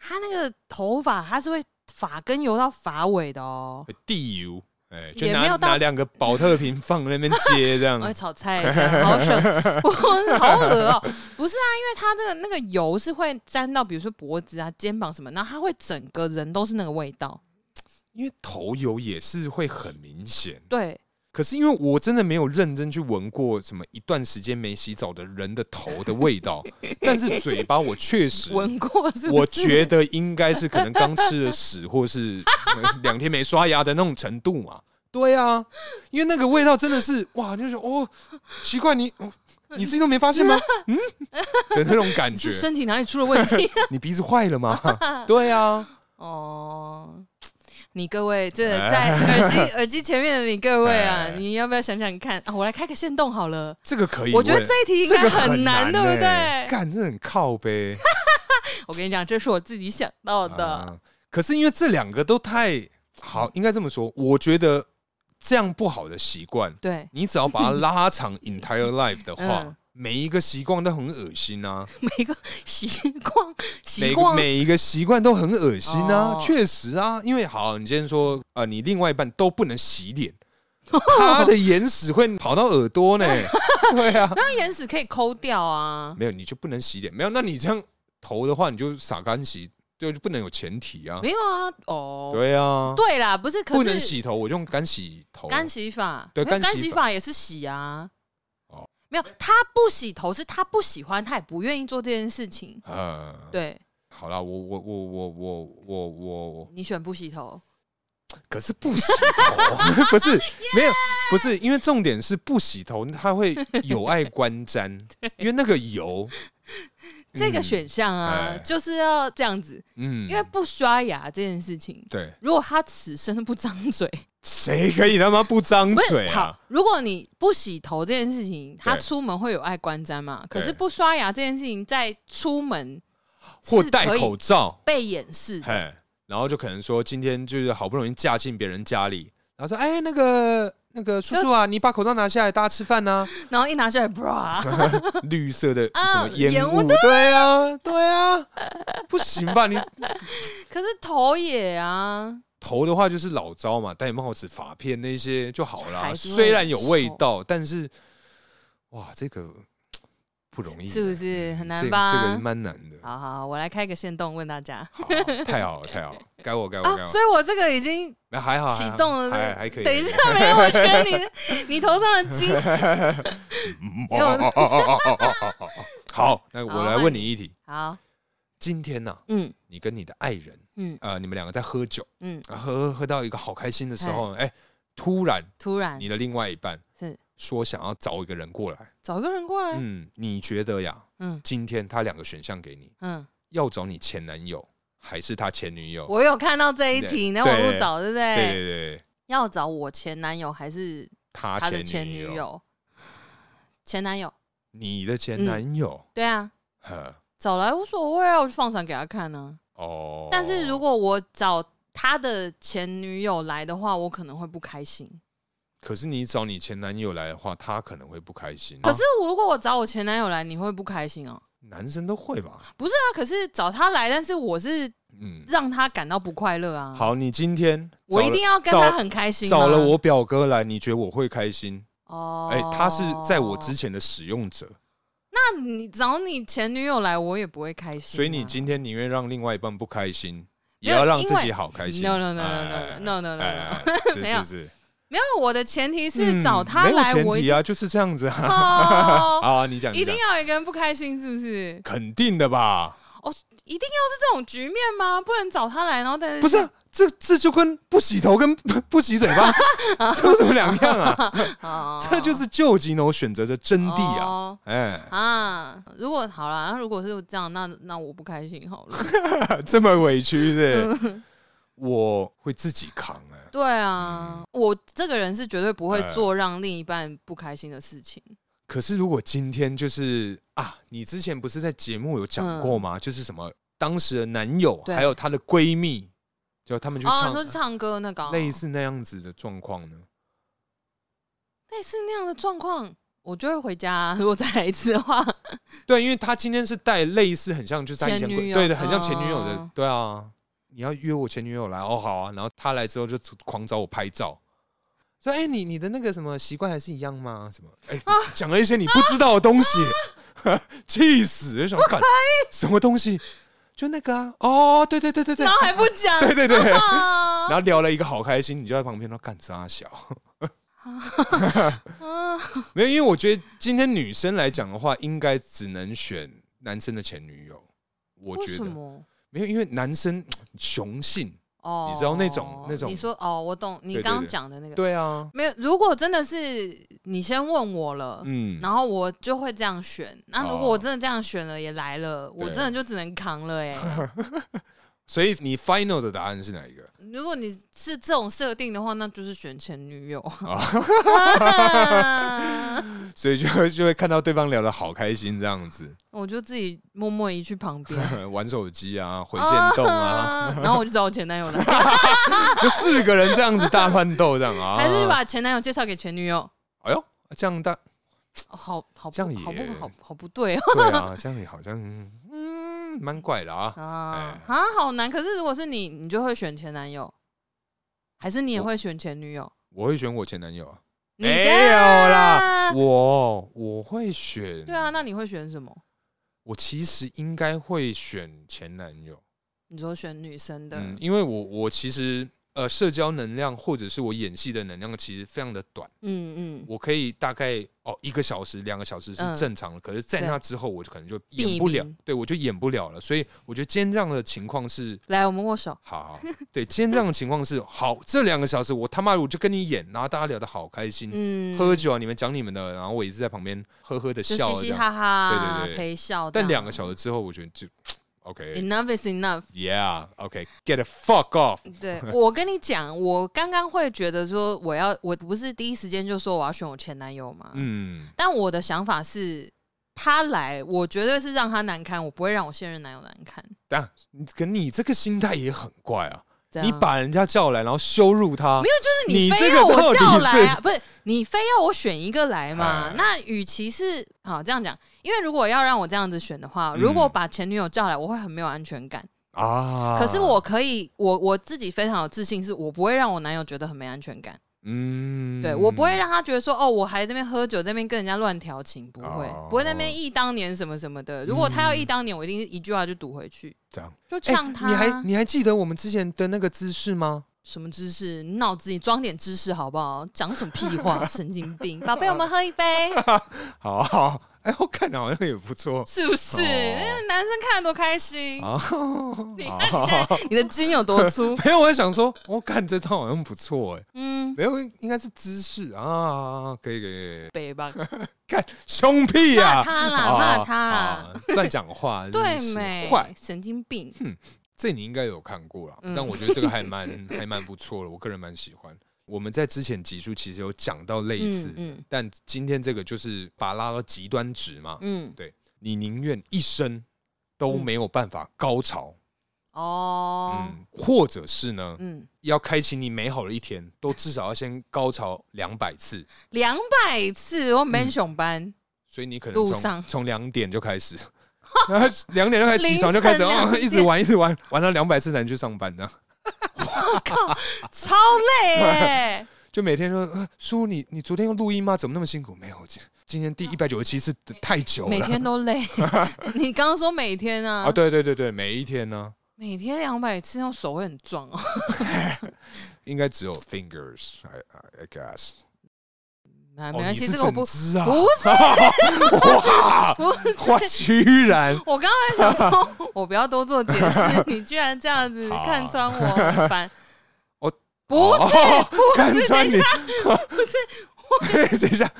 [SPEAKER 2] 它那个头发它是会发根油到发尾的哦，
[SPEAKER 3] 地油，哎、就
[SPEAKER 2] 也没
[SPEAKER 3] 拿
[SPEAKER 2] 有到呃
[SPEAKER 3] 拿两个保特瓶放在那边 接这样
[SPEAKER 2] 我，会哎炒菜，这样好 爽，我好恶哦、不是啊，因为它这个那个油是会沾到，比如说脖子啊、肩膀什么，然后它会整个人都是那个味道。
[SPEAKER 3] 因为头油也是会很明显。
[SPEAKER 2] 对，
[SPEAKER 3] 可是因为我真的没有认真去闻过什么一段时间没洗澡的人的头的味道，但是嘴巴我确实，
[SPEAKER 2] 闻过是不是？
[SPEAKER 3] 我觉得应该是可能刚吃了屎或是 呃两天没刷牙的那种程度嘛。对啊，因为那个味道真的是哇，就是哦，奇怪你、哦你自己都没发现吗？嗯的那种感
[SPEAKER 2] 你
[SPEAKER 3] 觉
[SPEAKER 2] 是，身体哪里出了问题？
[SPEAKER 3] 你鼻子坏了 吗？对啊，
[SPEAKER 2] 哦，你各位，这在耳机 耳机前面的你各位啊
[SPEAKER 3] 哎，
[SPEAKER 2] 你要不要想想看啊？我来开个线动好了。
[SPEAKER 3] 这个可以问。
[SPEAKER 2] 我觉得这一题
[SPEAKER 3] 哎
[SPEAKER 2] 应
[SPEAKER 3] 这
[SPEAKER 2] 该
[SPEAKER 3] 个
[SPEAKER 2] 很
[SPEAKER 3] 难、
[SPEAKER 2] 对不
[SPEAKER 3] 欸
[SPEAKER 2] 对？
[SPEAKER 3] 干，这很靠呗。
[SPEAKER 2] 我跟你讲，这是我自己想到的。
[SPEAKER 3] 啊可是因为这两个都太好，应该这么说，我觉得这样不好的习惯，
[SPEAKER 2] 对，
[SPEAKER 3] 你只要把它拉长 entire life 的话，
[SPEAKER 2] 嗯
[SPEAKER 3] 每一个习惯都很恶心啊，
[SPEAKER 2] 每个习惯习
[SPEAKER 3] 每
[SPEAKER 2] 惯
[SPEAKER 3] 每一个习惯都很恶心啊
[SPEAKER 2] 哦，
[SPEAKER 3] 确、实啊，因为好，你今天说呃，你另外一半都不能洗 脸，他的眼屎会跑到耳朵呢，对啊，
[SPEAKER 2] 那眼屎可以抠掉啊。
[SPEAKER 3] 没有你就不能洗脸，没有，那你这样头的话，你就洒干洗，对，就不能有前提啊，
[SPEAKER 2] 没有啊，哦，
[SPEAKER 3] 对啊，
[SPEAKER 2] 对啦，不是，可是
[SPEAKER 3] 不能洗头，我就用干洗头，啊
[SPEAKER 2] 干洗法，
[SPEAKER 3] 对
[SPEAKER 2] 没有
[SPEAKER 3] 干洗
[SPEAKER 2] 干洗
[SPEAKER 3] 法
[SPEAKER 2] 法也是洗
[SPEAKER 3] 哦
[SPEAKER 2] 啊。没有，他不洗头是他不喜欢，他也不愿意做这件事情。
[SPEAKER 3] 呃，
[SPEAKER 2] 对
[SPEAKER 3] 好啦，我我我我我我我我，
[SPEAKER 2] 你选不洗头，
[SPEAKER 3] 可是不洗 头，不是没有，不是因为重点是不洗头，它会有碍观 瞻，因为那个油，
[SPEAKER 2] 这个
[SPEAKER 3] 嗯
[SPEAKER 2] 选项啊
[SPEAKER 3] 哎，
[SPEAKER 2] 就是要这样子，
[SPEAKER 3] 嗯
[SPEAKER 2] 因为不刷牙这件事情，
[SPEAKER 3] 对
[SPEAKER 2] 如果他此生不张嘴，
[SPEAKER 3] 谁可以他妈不张
[SPEAKER 2] 不
[SPEAKER 3] 嘴啊
[SPEAKER 2] 是好？，如果你不洗头这件事情，他
[SPEAKER 3] 对
[SPEAKER 2] 出门会有碍观瞻嘛？可是
[SPEAKER 3] 对
[SPEAKER 2] 不刷牙这件事情，在出门
[SPEAKER 3] 或
[SPEAKER 2] 是
[SPEAKER 3] 戴
[SPEAKER 2] 可以
[SPEAKER 3] 口罩，哎
[SPEAKER 2] 被掩饰的，
[SPEAKER 3] 嘿，然后就可能说今天就是好不容易嫁进别人家里，然后说哎、那个那个叔叔
[SPEAKER 2] 呃
[SPEAKER 3] 啊，你把口罩拿下来，大家吃饭 呐、
[SPEAKER 2] 然后一拿下来，bra，
[SPEAKER 3] 绿色的什
[SPEAKER 2] 啊
[SPEAKER 3] 么烟
[SPEAKER 2] 烟
[SPEAKER 3] 雾
[SPEAKER 2] 雾？
[SPEAKER 3] 对啊，对啊，不行吧？你
[SPEAKER 2] 可是头也啊，
[SPEAKER 3] 头的话就是老招嘛，戴帽子、发片那些就好啦。
[SPEAKER 2] 还是会
[SPEAKER 3] 虽然有味道，但是哇，这个不容易，
[SPEAKER 2] 是不是很难
[SPEAKER 3] 啊这
[SPEAKER 2] 吧？
[SPEAKER 3] 这个蛮难的。
[SPEAKER 2] 好好，我来开个线动问大家
[SPEAKER 3] 好，太好了，太好了，该我，该我，该
[SPEAKER 2] 啊，
[SPEAKER 3] 我
[SPEAKER 2] 所。以我这个已经
[SPEAKER 3] 那还好，
[SPEAKER 2] 启动了
[SPEAKER 3] 还
[SPEAKER 2] 这
[SPEAKER 3] 还
[SPEAKER 2] 个
[SPEAKER 3] 还可以。
[SPEAKER 2] 等一下，没有，我觉得你的你头上的 金，
[SPEAKER 3] 哦，
[SPEAKER 2] 有
[SPEAKER 3] 哦哦哦哦哦哦哦哦哦好，那我
[SPEAKER 2] 好
[SPEAKER 3] 来
[SPEAKER 2] 换
[SPEAKER 3] 问
[SPEAKER 2] 你
[SPEAKER 3] 你一题。
[SPEAKER 2] 好，
[SPEAKER 3] 今天呢，
[SPEAKER 2] 嗯
[SPEAKER 3] 你跟你的爱人，
[SPEAKER 2] 嗯
[SPEAKER 3] 呃，你们两个在喝酒，
[SPEAKER 2] 嗯，
[SPEAKER 3] 啊喝喝喝到一个好开心的时候，哎，突然
[SPEAKER 2] 突然
[SPEAKER 3] 你的另外一半
[SPEAKER 2] 是
[SPEAKER 3] 说想要找一个人过来，
[SPEAKER 2] 找一个人过来，
[SPEAKER 3] 嗯，你觉得呀？
[SPEAKER 2] 嗯
[SPEAKER 3] 今天他两个选项给你，
[SPEAKER 2] 嗯，
[SPEAKER 3] 要找你前男友还是他前女友？
[SPEAKER 2] 我有看到这一题，你在网络找对不
[SPEAKER 3] 对对
[SPEAKER 2] 对？
[SPEAKER 3] 对，对
[SPEAKER 2] 要找我前男友还是
[SPEAKER 3] 他
[SPEAKER 2] 他的
[SPEAKER 3] 前
[SPEAKER 2] 前
[SPEAKER 3] 女
[SPEAKER 2] 女，友？嗯前男友，
[SPEAKER 3] 你的前男友，
[SPEAKER 2] 对啊，
[SPEAKER 3] 呵
[SPEAKER 2] 找来无所谓啊，我就放闪给他看呢。
[SPEAKER 3] 哦。
[SPEAKER 2] 但是如果我找他的前女友来的话，我可能会不开心。
[SPEAKER 3] 可是你找你前男友来的话，他可能会不开心。啊
[SPEAKER 2] 可是我如果我找我前男友来，你会不开心哦？
[SPEAKER 3] 男生都会吧？
[SPEAKER 2] 不是啊，可是找他来，但是我是
[SPEAKER 3] 嗯，
[SPEAKER 2] 让他感到不快乐啊。，
[SPEAKER 3] 好，你今天
[SPEAKER 2] 我
[SPEAKER 3] 找
[SPEAKER 2] 一
[SPEAKER 3] 了
[SPEAKER 2] 定要跟他很开心啊。
[SPEAKER 3] 找找了我表哥来，你觉得我会开心？
[SPEAKER 2] 哦，
[SPEAKER 3] 哎，他是在我之，前的使用者，
[SPEAKER 2] 那你找你前女友来，我也不会开心啊、
[SPEAKER 3] 所以你今天宁愿让另外一半不开心，
[SPEAKER 2] 没
[SPEAKER 3] 也
[SPEAKER 2] 有
[SPEAKER 3] 要让自
[SPEAKER 2] 因为
[SPEAKER 3] 己好开心。
[SPEAKER 2] No, no, no, no,
[SPEAKER 3] 哎
[SPEAKER 2] no, no, no, no, no,
[SPEAKER 3] 哎
[SPEAKER 2] no 没有
[SPEAKER 3] 是是是。
[SPEAKER 2] 没有我的前提
[SPEAKER 3] 嗯
[SPEAKER 2] 是找他
[SPEAKER 3] 没有
[SPEAKER 2] 来，
[SPEAKER 3] 前
[SPEAKER 2] 我一
[SPEAKER 3] 提
[SPEAKER 2] 定、
[SPEAKER 3] 啊，就是这样子 啊。
[SPEAKER 2] 哦、
[SPEAKER 3] 啊，你讲，
[SPEAKER 2] 一定
[SPEAKER 3] 你讲
[SPEAKER 2] 要有一个人不开心，是不是？
[SPEAKER 3] 肯定的吧？
[SPEAKER 2] 一定要是这种局面吗？不能找他来，然后但是
[SPEAKER 3] 不是啊，这这就跟不洗头跟不洗嘴巴这有什么两样啊？
[SPEAKER 2] 哦
[SPEAKER 3] 这就是救急呢，我选择的真谛啊！
[SPEAKER 2] 哦
[SPEAKER 3] 哎，
[SPEAKER 2] 啊，如果好啦，那如果是这样，那那我不开心好 了。
[SPEAKER 3] 这么委屈的，我会自己扛哎。
[SPEAKER 2] 对啊，我这个人是绝对不会
[SPEAKER 3] 嗯哎
[SPEAKER 2] 做让另一半不开心的事情。
[SPEAKER 3] 可是如果今天就是啊，你之前不是在节目有讲过吗？就是什么当时的男友
[SPEAKER 2] 嗯对
[SPEAKER 3] 还有她的闺蜜，就他们去
[SPEAKER 2] 哦，
[SPEAKER 3] 唱
[SPEAKER 2] 你说唱歌那个哦
[SPEAKER 3] 类似那样子的状况呢？
[SPEAKER 2] 类似那样的状况，我就会回家啊、 如果再来一次的话，
[SPEAKER 3] 对，因为他今天是带类似很像就是他以前
[SPEAKER 2] 前女友
[SPEAKER 3] 对的，很像前女友的，
[SPEAKER 2] 嗯
[SPEAKER 3] 对啊。你要约我前女友来哦，好啊。然后他来之后就狂找我拍照，说：“哎、你你的那个什么习惯还是一样吗？什么？哎、
[SPEAKER 2] 啊
[SPEAKER 3] 讲、了一些你不知道的东西， 气、死！就想干什么东西？就那个啊，哦，对对对对对，
[SPEAKER 2] 然后还不讲，
[SPEAKER 3] 对对对。”
[SPEAKER 2] 啊
[SPEAKER 3] 然后聊了一个好开心，你就在旁边说干啥小？
[SPEAKER 2] 啊
[SPEAKER 3] 没有，因为我觉得今天女生来讲的话，应该只能选男生的前女友。我
[SPEAKER 2] 为
[SPEAKER 3] 觉
[SPEAKER 2] 什
[SPEAKER 3] 得
[SPEAKER 2] 么？
[SPEAKER 3] 没有，因为男生嗯雄性，
[SPEAKER 2] 哦，
[SPEAKER 3] 你知道那种那种
[SPEAKER 2] 你说哦，我懂你
[SPEAKER 3] 对对
[SPEAKER 2] 刚刚
[SPEAKER 3] 对
[SPEAKER 2] 讲的那个。
[SPEAKER 3] 对啊，
[SPEAKER 2] 没有，如果真的是你先问我了，
[SPEAKER 3] 嗯，
[SPEAKER 2] 然后我就会这样选。那如果
[SPEAKER 3] 哦
[SPEAKER 2] 我真的这样选了，也来了，我
[SPEAKER 3] 对
[SPEAKER 2] 真的就只能扛了哎、
[SPEAKER 3] 所以你 final 的答案是哪一个？
[SPEAKER 2] 如果你是这种设定的话，那就是选前女友。 嗯
[SPEAKER 3] 所以就就会看到对方聊得好开心这样子，
[SPEAKER 2] 我就自己默默移去旁边，
[SPEAKER 3] 玩手机啊，混线动啊，
[SPEAKER 2] 啊， 然后我就找我前男友来，
[SPEAKER 3] 就四个人这样子大乱斗这样啊，
[SPEAKER 2] 还是把前男友介绍给前女友，
[SPEAKER 3] 哎呦这样大
[SPEAKER 2] 哦好好不
[SPEAKER 3] 这样也
[SPEAKER 2] 好不好好不 对哦
[SPEAKER 3] 对啊，这样也好像嗯蛮怪的啊，
[SPEAKER 2] 啊啊，好难。可是如果是你，你就会选前男友，还是你也会选前女友？
[SPEAKER 3] 我会选我前男友啊，
[SPEAKER 2] 你
[SPEAKER 3] 没
[SPEAKER 2] 这
[SPEAKER 3] 有啦
[SPEAKER 2] 样，
[SPEAKER 3] 我我会选，
[SPEAKER 2] 对啊，那你会选什么？
[SPEAKER 3] 我其实应该会选前男友，
[SPEAKER 2] 你说选女生的，
[SPEAKER 3] 嗯，因为我我其实呃社交能量或者是我演戏的能量其实非常的短，
[SPEAKER 2] 嗯嗯，
[SPEAKER 3] 我可以大概哦一个小时两个小时是
[SPEAKER 2] 嗯
[SPEAKER 3] 正常的，可是，在
[SPEAKER 2] 对
[SPEAKER 3] 那之后我就可能就
[SPEAKER 2] 避
[SPEAKER 3] 演不了
[SPEAKER 2] 免，
[SPEAKER 3] 对我就演不了了，所以我觉得今天这样的情况是
[SPEAKER 2] 来，我们握手。
[SPEAKER 3] 好，对，今天这样的情况是好，这两个小时我他妈我就跟你演，然后大家聊得好开心，
[SPEAKER 2] 嗯，
[SPEAKER 3] 喝酒啊，你们讲你们的，然后我也是在旁边呵呵的
[SPEAKER 2] 就
[SPEAKER 3] 笑啊
[SPEAKER 2] 嘻
[SPEAKER 3] 这
[SPEAKER 2] 嘻
[SPEAKER 3] 样。
[SPEAKER 2] 哈哈，
[SPEAKER 3] 对对对
[SPEAKER 2] 陪笑这
[SPEAKER 3] 但
[SPEAKER 2] 样。
[SPEAKER 3] 两个小时之后，我觉得就 OK，Yeah，OK，Get、
[SPEAKER 2] enough is enough。
[SPEAKER 3] a fuck off。
[SPEAKER 2] 对 我跟你讲，我刚刚会觉得说，我要我不是第一时间就说我要选我前男友嘛，
[SPEAKER 3] 嗯，
[SPEAKER 2] 但我的想法是。他来，我绝对是让他难堪，我不会让我现任男友难堪。
[SPEAKER 3] 但可你这个心态也很怪啊！
[SPEAKER 2] 这样
[SPEAKER 3] 你把人家叫来，然后羞辱他
[SPEAKER 2] 没，有，就是
[SPEAKER 3] 你
[SPEAKER 2] 非
[SPEAKER 3] 这
[SPEAKER 2] 要
[SPEAKER 3] 个到
[SPEAKER 2] 我
[SPEAKER 3] 底
[SPEAKER 2] 叫来啊，
[SPEAKER 3] 是
[SPEAKER 2] 不是你非要我选一个来嘛
[SPEAKER 3] 哎？
[SPEAKER 2] 那与其是好这样讲，因为如果要让我这样子选的话，如果
[SPEAKER 3] 嗯
[SPEAKER 2] 把前女友叫来，我会很没有安全感。
[SPEAKER 3] 啊！
[SPEAKER 2] 可是，我可以，我我自己非常有自信，是我不会让我男友觉得很没安全感。
[SPEAKER 3] 嗯
[SPEAKER 2] 对我不会让他觉得说，哦，我还这边喝酒，这边跟人家乱调情，不会，
[SPEAKER 3] 哦嗯
[SPEAKER 2] 不会那边忆当年什么什么的。如果他要忆当年，我一定是一句话就堵回去，
[SPEAKER 3] 这样
[SPEAKER 2] 就
[SPEAKER 3] 哎
[SPEAKER 2] 呛他。啊
[SPEAKER 3] 你还你还记得我们之前的那个姿势吗？
[SPEAKER 2] 什么知识？你脑子里装点知识好不好？讲什么屁 话，神经病！宝贝，我们喝一杯，
[SPEAKER 3] 好，好哎，我看着好像也不错
[SPEAKER 2] 是不是？哎
[SPEAKER 3] 哦
[SPEAKER 2] 男生看得多开心。
[SPEAKER 3] 啊。
[SPEAKER 2] 你看你现在你的筋有多粗？
[SPEAKER 3] 没有，我在想说，我、看这套好像不错哎，
[SPEAKER 2] 嗯，
[SPEAKER 3] 没有，应该是姿势啊，可以可以可以，
[SPEAKER 2] 北吧，
[SPEAKER 3] 看胸屁 呀、啊，
[SPEAKER 2] 骂他啦，
[SPEAKER 3] 啊
[SPEAKER 2] 骂他啦，
[SPEAKER 3] 啊乱讲 话，真
[SPEAKER 2] 对
[SPEAKER 3] 的是
[SPEAKER 2] 没
[SPEAKER 3] 坏，？
[SPEAKER 2] 神经病。
[SPEAKER 3] 这你应该有看过啦，
[SPEAKER 2] 嗯
[SPEAKER 3] 但我觉得这个还蛮 还蛮不错的，我个人蛮喜欢。我们在之前集数其实有讲到类似，
[SPEAKER 2] 嗯嗯
[SPEAKER 3] 但今天这个就是把它拉到极端值嘛。
[SPEAKER 2] 嗯，
[SPEAKER 3] 你宁愿一生都没有办法高潮，
[SPEAKER 2] 哦，
[SPEAKER 3] 嗯，或者是呢，
[SPEAKER 2] 嗯，
[SPEAKER 3] 要开启你美好的一天，都至少要先高潮两百次，
[SPEAKER 2] 两百次
[SPEAKER 3] 嗯
[SPEAKER 2] 我 man 熊班，
[SPEAKER 3] 所以你可能
[SPEAKER 2] 路
[SPEAKER 3] 从
[SPEAKER 2] 上
[SPEAKER 3] 从两点就开始。 然后两点就开始起床，就开始
[SPEAKER 2] 凌晨
[SPEAKER 3] 哦，
[SPEAKER 2] 2
[SPEAKER 3] 一直玩，一直玩，玩到两百次才能去上班呢。
[SPEAKER 2] 超累 耶！
[SPEAKER 3] 就每天说，呃叔，你你昨天用录音吗？怎么那么辛苦？没有，今今天第一百九十七次太久
[SPEAKER 2] 啊每
[SPEAKER 3] 了
[SPEAKER 2] 天都累。 你刚刚说每天啊，
[SPEAKER 3] 啊！对对对对，每一天呢，
[SPEAKER 2] 每天两百次，用手会很壮哦。
[SPEAKER 3] 应该只有 fingers，I I I guess。
[SPEAKER 2] 啊，
[SPEAKER 3] 哦
[SPEAKER 2] 没关
[SPEAKER 3] 你
[SPEAKER 2] 系，
[SPEAKER 3] 是
[SPEAKER 2] 这个我不
[SPEAKER 3] 整只啊，
[SPEAKER 2] 不 是
[SPEAKER 3] 哇
[SPEAKER 2] 不
[SPEAKER 3] 哇，
[SPEAKER 2] 是，
[SPEAKER 3] 居然
[SPEAKER 2] 我刚刚还想说，我不要多做 解释，你居然这样子
[SPEAKER 3] 好
[SPEAKER 2] 看穿我，很烦。
[SPEAKER 3] 我
[SPEAKER 2] 不是，
[SPEAKER 3] 哦看
[SPEAKER 2] 不是，
[SPEAKER 3] 穿你
[SPEAKER 2] 等一下，不是，
[SPEAKER 3] 对，等一下，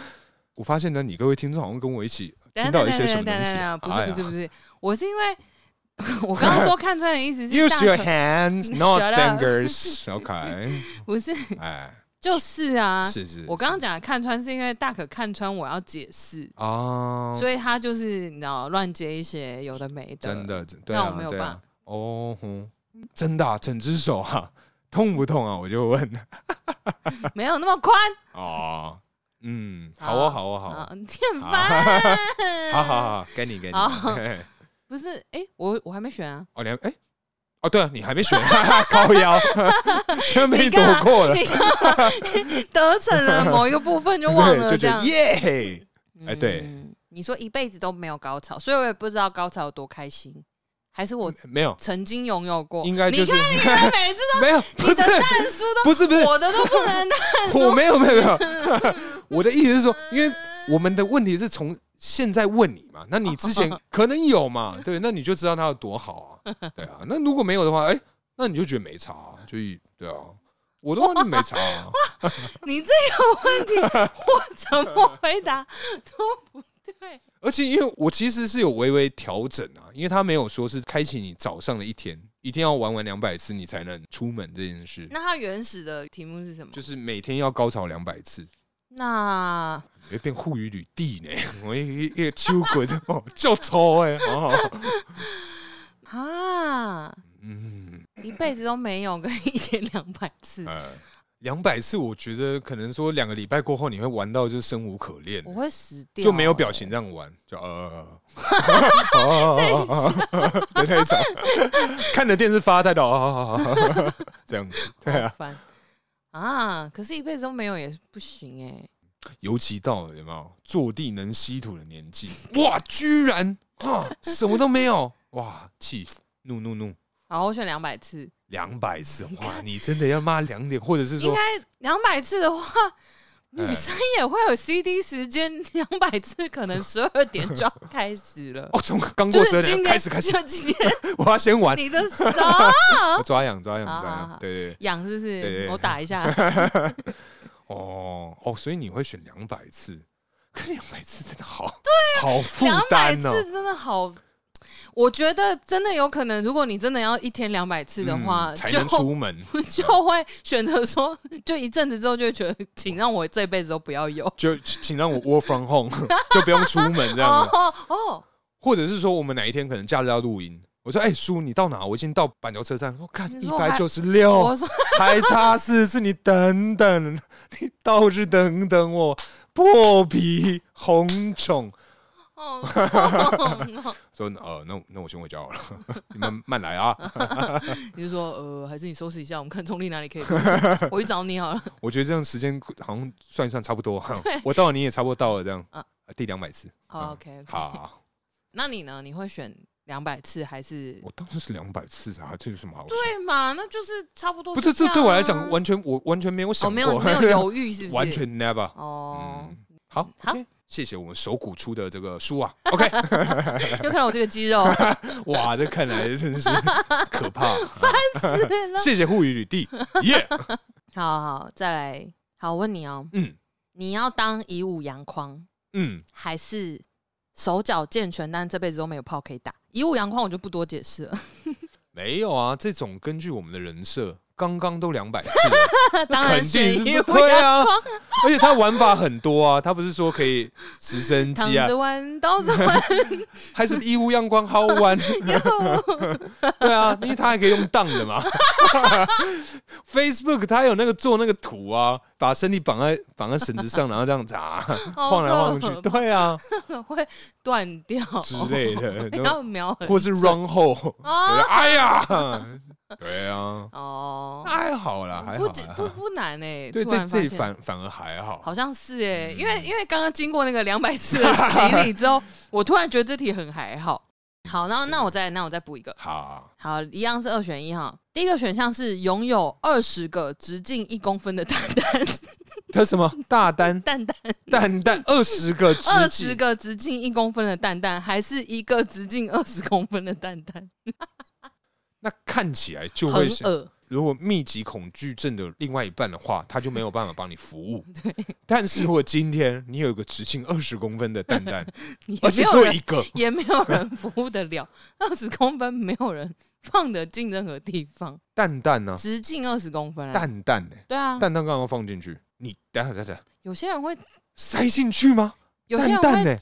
[SPEAKER 3] 我发现呢，你各位听众好像跟我一起
[SPEAKER 2] 等一
[SPEAKER 3] 听
[SPEAKER 2] 下，
[SPEAKER 3] 到
[SPEAKER 2] 等
[SPEAKER 3] 一
[SPEAKER 2] 一下，
[SPEAKER 3] 些什
[SPEAKER 2] 等
[SPEAKER 3] 么
[SPEAKER 2] 一下，
[SPEAKER 3] 东西
[SPEAKER 2] 等一下，
[SPEAKER 3] 啊。
[SPEAKER 2] 不是，不是，
[SPEAKER 3] 哎呀
[SPEAKER 2] 不是，我是因为 我刚刚说看穿的意思是大
[SPEAKER 3] ，Use your
[SPEAKER 2] 可，
[SPEAKER 3] hands,
[SPEAKER 2] Shut
[SPEAKER 3] not
[SPEAKER 2] up
[SPEAKER 3] fingers. OK，
[SPEAKER 2] 不是，
[SPEAKER 3] 哎，
[SPEAKER 2] 就是啊，
[SPEAKER 3] 是是，
[SPEAKER 2] 我刚刚
[SPEAKER 3] 是
[SPEAKER 2] 讲的看穿是因为大可看穿我要解释，
[SPEAKER 3] 哦，
[SPEAKER 2] 所以他就是你知道乱接一些有的没的，
[SPEAKER 3] 真的，真对
[SPEAKER 2] 那
[SPEAKER 3] 啊，
[SPEAKER 2] 我没有
[SPEAKER 3] 对啊
[SPEAKER 2] 办法
[SPEAKER 3] 哦，吼真的、啊，整只手啊，痛不痛啊？我就问
[SPEAKER 2] 没有那么宽。
[SPEAKER 3] 哦，嗯， 好哦，
[SPEAKER 2] 好
[SPEAKER 3] 好哦，好哦，
[SPEAKER 2] 啊，你很
[SPEAKER 3] 啊
[SPEAKER 2] 烦。
[SPEAKER 3] 好好好，该你，该你
[SPEAKER 2] 好，
[SPEAKER 3] 嘿嘿
[SPEAKER 2] 不是，哎、我我还没选啊。
[SPEAKER 3] 哦，你还哎，哦，对啊，你还没选高腰，全被你躲过了，
[SPEAKER 2] 你干嘛得逞 了某一个部分就忘了
[SPEAKER 3] 对，就
[SPEAKER 2] 这
[SPEAKER 3] 觉得
[SPEAKER 2] 样。
[SPEAKER 3] 耶，哎对
[SPEAKER 2] 嗯你说一辈子都没有高潮，所以我也不知道高潮有多开心，还是我
[SPEAKER 3] 没有，
[SPEAKER 2] 曾经拥有过。
[SPEAKER 3] 应该就是
[SPEAKER 2] 你看，你们每次都
[SPEAKER 3] 没有， 不
[SPEAKER 2] 你的
[SPEAKER 3] 是，
[SPEAKER 2] 蛋叔都
[SPEAKER 3] 不是，不是，
[SPEAKER 2] 我的都不 能蛋
[SPEAKER 3] 我没有没有没有， 我的意思是说，因为我们的问题是从现在问你嘛，那你之前可能有 嘛，对，那你就知道它有多好啊，对啊，那如果没有的话，哎、那你就觉得没差、啊，就一对啊，我的话就没差、啊，
[SPEAKER 2] 你这个 问题我怎么回答都不对。
[SPEAKER 3] 而且因为我其实是有微微调整啊，因为他没有说是开启你早上的一天，一定要玩完两百次你才能出门这件事，
[SPEAKER 2] 那它原始的题目是什么？
[SPEAKER 3] 就是每天要高潮两百次，
[SPEAKER 2] 那
[SPEAKER 3] 你会变护语履地呢。我一一一个秋鬼的哦，就抽哎，哦，
[SPEAKER 2] 啊，
[SPEAKER 3] 嗯，
[SPEAKER 2] 一辈子都没有跟一天两百次，
[SPEAKER 3] 呃，两百次，我觉得可能说两个礼拜过后你会玩到就是生无可恋，
[SPEAKER 2] 我会死掉，
[SPEAKER 3] 就没有表情这样玩，就呃，哦哦哦哦哦，的那一种，看着电视发呆的，哦哦哦哦哦，这样子，对啊，
[SPEAKER 2] 烦啊！可是一辈子都没有也不行哎、
[SPEAKER 3] 尤其到了有没有坐地能吸土的年纪，哇，居然哈什么都没有，哇，气怒怒怒
[SPEAKER 2] 好，我选两百次，
[SPEAKER 3] 两百次，哇，你真的要骂两点，或者是
[SPEAKER 2] 应
[SPEAKER 3] 说，
[SPEAKER 2] 该两百次的话，
[SPEAKER 3] 嗯。
[SPEAKER 2] 女生也会有 CD 时间，两百次可能十二点就要开始了
[SPEAKER 3] 哦，从刚
[SPEAKER 2] 就
[SPEAKER 3] 过十
[SPEAKER 2] 是
[SPEAKER 3] 二
[SPEAKER 2] 今
[SPEAKER 3] 点
[SPEAKER 2] 天，
[SPEAKER 3] 开始开始，
[SPEAKER 2] 就今天
[SPEAKER 3] 我要先玩，
[SPEAKER 2] 你哦啊的手
[SPEAKER 3] 我抓痒抓痒
[SPEAKER 2] 好
[SPEAKER 3] 抓
[SPEAKER 2] 好
[SPEAKER 3] 痒
[SPEAKER 2] 好，
[SPEAKER 3] 对对，对
[SPEAKER 2] 痒是不
[SPEAKER 3] 对
[SPEAKER 2] 是
[SPEAKER 3] 对？
[SPEAKER 2] 我打 一下，
[SPEAKER 3] 哦哦，所以你会选两百次，可两百次真的好，对，好负
[SPEAKER 2] 两百
[SPEAKER 3] 担哦
[SPEAKER 2] 次。真的好。我觉得真的有可能，如果你真的要一天两百次的话，
[SPEAKER 3] 嗯才
[SPEAKER 2] 就
[SPEAKER 3] 能出门，
[SPEAKER 2] 就会选择说，就一阵子之后就会觉得，请让我这辈子都不要有。
[SPEAKER 3] 就请让我 work from home，就不用出门这样子。
[SPEAKER 2] 哦哦，
[SPEAKER 3] 或者是说我们哪一天可能假日要录音，我说哎、叔你到哪？我已经到板桥车站，我看
[SPEAKER 2] 你
[SPEAKER 3] 一
[SPEAKER 2] 说
[SPEAKER 3] 百
[SPEAKER 2] 还
[SPEAKER 3] 九十六
[SPEAKER 2] 我，说
[SPEAKER 3] 还差四次，你等等，你倒是等等我，破皮红肿。
[SPEAKER 2] 哦，痛哦
[SPEAKER 3] 说呃，那那我先回家好了， 你们慢来啊。
[SPEAKER 2] 你就说呃，还是你收拾一下，我们看中立哪 里可以录，我去找你好了。
[SPEAKER 3] 我觉得这样时间好像算一算差不多，啊我到了你也差不多到了，这样
[SPEAKER 2] 啊
[SPEAKER 3] 第两百次。嗯
[SPEAKER 2] 好 OK，
[SPEAKER 3] 好好，好
[SPEAKER 2] 那你呢？你会选两百次还是？
[SPEAKER 3] 我当时是两百次啊，这有什么好？
[SPEAKER 2] 对嘛？那就是差不多
[SPEAKER 3] 不
[SPEAKER 2] 是
[SPEAKER 3] 是，这对我来
[SPEAKER 2] 这样
[SPEAKER 3] 讲
[SPEAKER 2] 啊
[SPEAKER 3] 完全我完全没有
[SPEAKER 2] 哦，
[SPEAKER 3] 想过，
[SPEAKER 2] 没有没有犹豫，是不是？
[SPEAKER 3] 完全 never。
[SPEAKER 2] 哦，
[SPEAKER 3] 嗯好，
[SPEAKER 2] 好
[SPEAKER 3] OK，谢谢我们手鼓出的这个书啊。OK，
[SPEAKER 2] 又看到我这个肌 肉，
[SPEAKER 3] 哇，这看来真是可怕。啊
[SPEAKER 2] 对了
[SPEAKER 3] 谢谢护宇吕弟，耶，
[SPEAKER 2] 好好，再来，好，我问你哦，
[SPEAKER 3] 嗯
[SPEAKER 2] 你要当以武扬匡，
[SPEAKER 3] 嗯，
[SPEAKER 2] 还是手脚健全，但这辈子都没有炮可以打？以武扬匡我就不多解释了，
[SPEAKER 3] 没有啊，这种根据我们的人设，刚刚都两百次了。
[SPEAKER 2] 当
[SPEAKER 3] 肯
[SPEAKER 2] 然
[SPEAKER 3] 定
[SPEAKER 2] 选
[SPEAKER 3] 是
[SPEAKER 2] 以武
[SPEAKER 3] 对
[SPEAKER 2] 扬
[SPEAKER 3] 啊
[SPEAKER 2] 匡，，
[SPEAKER 3] 而且他玩法很多啊，他不是说可以直升
[SPEAKER 2] 躺
[SPEAKER 3] 机啊，
[SPEAKER 2] 着玩，刀着 玩，
[SPEAKER 3] 还是义乌阳光好 玩， 对啊，因为他还可以用荡的嘛。Facebook 它有那个做那个图啊，把身体绑在绑在绳子上，然后这样子啊晃来晃去，对啊
[SPEAKER 2] 哦 会断掉
[SPEAKER 3] 之类的，然后
[SPEAKER 2] 哦 要瞄很
[SPEAKER 3] 或是
[SPEAKER 2] 准
[SPEAKER 3] run 后，对啊哎 呀，对啊，
[SPEAKER 2] 哦，
[SPEAKER 3] 还好啦，还好
[SPEAKER 2] 不
[SPEAKER 3] 啦，
[SPEAKER 2] 不不难哎，
[SPEAKER 3] 对
[SPEAKER 2] 突
[SPEAKER 3] 这
[SPEAKER 2] 然
[SPEAKER 3] 这
[SPEAKER 2] 发
[SPEAKER 3] 里
[SPEAKER 2] 现
[SPEAKER 3] 反反而还好，
[SPEAKER 2] 好像是哎、
[SPEAKER 3] 嗯
[SPEAKER 2] 因为因为刚刚经过那个两百次的洗 礼之后，我突然觉得这题很还好。好，那那我再那我再补一个，
[SPEAKER 3] 好，
[SPEAKER 2] 好，一样是二选一哈。第一个选项是拥有二十个直径一公分的蛋蛋
[SPEAKER 3] 他什么大 单
[SPEAKER 2] 蛋蛋，
[SPEAKER 3] 蛋蛋二十个直径，
[SPEAKER 2] 二十个直径一公分的蛋蛋，还是一个直径二十公分的蛋蛋，
[SPEAKER 3] 那看起来就
[SPEAKER 2] 很
[SPEAKER 3] 会像，
[SPEAKER 2] 恶
[SPEAKER 3] 如果密集恐惧症的另外一半的话，他就没有办法帮你服 务。但是如果今天你有一个直径二十公分 的蛋蛋，
[SPEAKER 2] 也
[SPEAKER 3] 而且
[SPEAKER 2] 没
[SPEAKER 3] 只
[SPEAKER 2] 有
[SPEAKER 3] 有一
[SPEAKER 2] 人
[SPEAKER 3] 个，
[SPEAKER 2] 也没有人服务得了，二十公分没有人放得进任何地 方，
[SPEAKER 3] 蛋蛋呢、
[SPEAKER 2] 直径二十公分啊，
[SPEAKER 3] 蛋蛋呢、
[SPEAKER 2] 对啊，
[SPEAKER 3] 蛋蛋刚刚放进去，你等一下等一下等一下
[SPEAKER 2] 有些人会，
[SPEAKER 3] 塞进去吗？
[SPEAKER 2] 有些人
[SPEAKER 3] 蛋蛋
[SPEAKER 2] 会
[SPEAKER 3] 呢、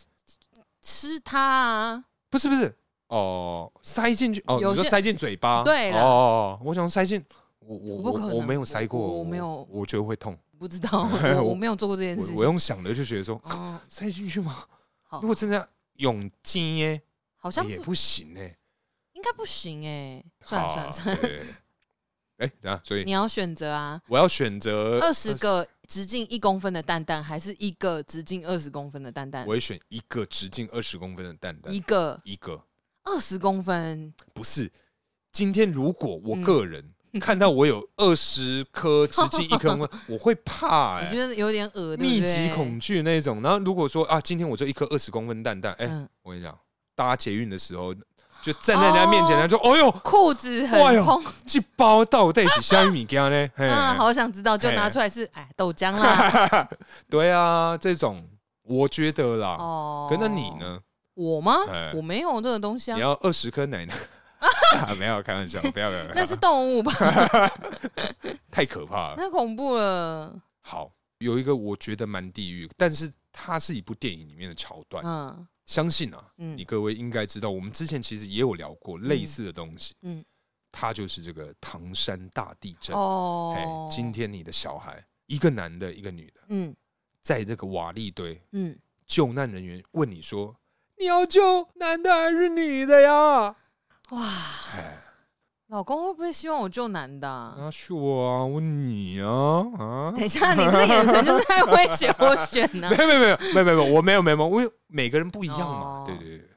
[SPEAKER 2] 吃它啊。
[SPEAKER 3] 不是不是，哦，塞进去哦，
[SPEAKER 2] 有
[SPEAKER 3] 你说
[SPEAKER 2] 些
[SPEAKER 3] 塞进嘴巴，
[SPEAKER 2] 对啦
[SPEAKER 3] 哦，我想塞进。我我
[SPEAKER 2] 不可
[SPEAKER 3] 我
[SPEAKER 2] 能
[SPEAKER 3] 我没有塞过，
[SPEAKER 2] 我我没有
[SPEAKER 3] 我觉得会痛。
[SPEAKER 2] 不知 道，我
[SPEAKER 3] 我
[SPEAKER 2] 我没有做过这件
[SPEAKER 3] 我
[SPEAKER 2] 事情。
[SPEAKER 3] 我用想的就觉得说，
[SPEAKER 2] 哦，
[SPEAKER 3] 塞进去吗？
[SPEAKER 2] 好
[SPEAKER 3] 如果真的要用精耶，
[SPEAKER 2] 好像
[SPEAKER 3] 也啊
[SPEAKER 2] 不
[SPEAKER 3] 不行哎、
[SPEAKER 2] 应该不行哎，算了算了算了，
[SPEAKER 3] 了。对 哎、等一下，所以
[SPEAKER 2] 你要选择啊，
[SPEAKER 3] 我要选择
[SPEAKER 2] 二十，个直径一公分的蛋蛋，还是一个直径二十公分的蛋蛋
[SPEAKER 3] 我？会选一个直径二十公分的蛋蛋，
[SPEAKER 2] 一
[SPEAKER 3] 一
[SPEAKER 2] 个
[SPEAKER 3] 个
[SPEAKER 2] 二十公分，
[SPEAKER 3] 不是。今天如果我
[SPEAKER 2] 嗯
[SPEAKER 3] 个人、看到我有二十颗直径一公分， 我会怕
[SPEAKER 2] 我
[SPEAKER 3] 哎、
[SPEAKER 2] 觉得有点恶，对
[SPEAKER 3] 密
[SPEAKER 2] 不对
[SPEAKER 3] 集恐惧那种。然后如果说啊，今天我就一颗二十公分蛋蛋，哎、
[SPEAKER 2] 嗯
[SPEAKER 3] 我跟你讲，搭捷运的时候就站在人家面前，他说：“哦哟，
[SPEAKER 2] 裤子很
[SPEAKER 3] 哇哟
[SPEAKER 2] 空
[SPEAKER 3] 这包到底是虾米羹 呢？”嘿
[SPEAKER 2] 啊，好想知道，就
[SPEAKER 3] 哎
[SPEAKER 2] 拿出来是哎豆 浆啦。
[SPEAKER 3] 对啊，这种我觉得啦。
[SPEAKER 2] 哦，
[SPEAKER 3] 可那你？呢？
[SPEAKER 2] 我吗
[SPEAKER 3] 哎？
[SPEAKER 2] 我没有这个东西啊
[SPEAKER 3] 你。要二十颗奶奶，啊没有开玩笑，不要不要，不要
[SPEAKER 2] 那是动物吧？
[SPEAKER 3] 太可怕了。
[SPEAKER 2] 太恐怖了。
[SPEAKER 3] 好，有一个我觉得蛮地狱，但是它是一部电影里面的桥段。
[SPEAKER 2] 嗯
[SPEAKER 3] 相信啊，
[SPEAKER 2] 嗯
[SPEAKER 3] 你各位应该知道，我们之前其实也有聊过类似的东西。
[SPEAKER 2] 嗯，
[SPEAKER 3] 它就是这个唐山大地震。哎
[SPEAKER 2] 哦，，
[SPEAKER 3] 今天你的小孩，一个男的，一个女的，
[SPEAKER 2] 嗯
[SPEAKER 3] 在这个瓦砾堆，
[SPEAKER 2] 嗯，
[SPEAKER 3] 救难人员问你说：“你要救男的还是女的呀
[SPEAKER 2] 哇，？”老公会不会希望我救男的啊？
[SPEAKER 3] 那是我啊，问你啊啊！
[SPEAKER 2] 等一下，你这个眼神就是在威胁我选呢啊
[SPEAKER 3] 没有没有没有没有没有没有，我没有没有，我有每个人不一样嘛。
[SPEAKER 2] 哦
[SPEAKER 3] 对对对，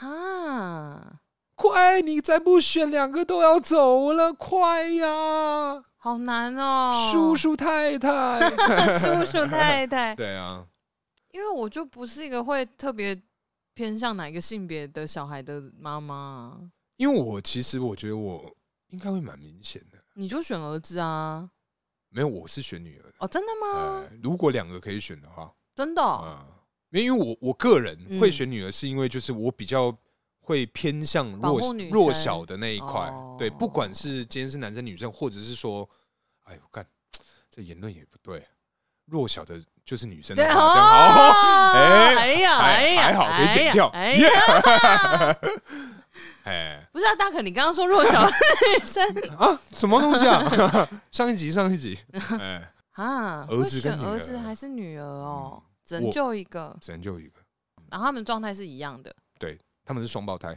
[SPEAKER 2] 啊！
[SPEAKER 3] 快，你再不选，两个都要走了，快呀！
[SPEAKER 2] 好难哦，
[SPEAKER 3] 叔叔太 太，
[SPEAKER 2] 叔叔太太，
[SPEAKER 3] 对啊，
[SPEAKER 2] 因为我就不是一个会特别偏向哪一个性别的小孩的妈啊妈，
[SPEAKER 3] 因为我其实我觉得我应该会蛮明显的，
[SPEAKER 2] 你就选儿子啊？
[SPEAKER 3] 没有，我是选女儿的。
[SPEAKER 2] 哦，真的吗？
[SPEAKER 3] 呃，如果两个可以选的话，
[SPEAKER 2] 真的哦、
[SPEAKER 3] 啊、因为我我个人会
[SPEAKER 2] 嗯
[SPEAKER 3] 选女儿，是因为就是我比较会偏向
[SPEAKER 2] 保
[SPEAKER 3] 弱
[SPEAKER 2] 护女
[SPEAKER 3] 弱
[SPEAKER 2] 生
[SPEAKER 3] 小的那一块，
[SPEAKER 2] 哦
[SPEAKER 3] 对，不管是今天是男生女生，或者是说，哎呦，干这言论也不对，弱小的就是女生的
[SPEAKER 2] 对
[SPEAKER 3] 话，
[SPEAKER 2] 哦，
[SPEAKER 3] 这样好，哎
[SPEAKER 2] 哎呀，
[SPEAKER 3] 还
[SPEAKER 2] 哎呀，
[SPEAKER 3] 还好没剪掉
[SPEAKER 2] 哎呀，哎呀
[SPEAKER 3] 哎
[SPEAKER 2] 不是啊，大可，你刚刚说弱小 的女生
[SPEAKER 3] 啊，什么东西啊？ 上一集上一集，哎，
[SPEAKER 2] 啊，
[SPEAKER 3] 儿
[SPEAKER 2] 会
[SPEAKER 3] 子跟
[SPEAKER 2] 选
[SPEAKER 3] 女儿嗯
[SPEAKER 2] 儿子还是女儿哦，只能救一个，
[SPEAKER 3] 只能救一个，
[SPEAKER 2] 然后他们状态是一样的，
[SPEAKER 3] 他们是双胞胎，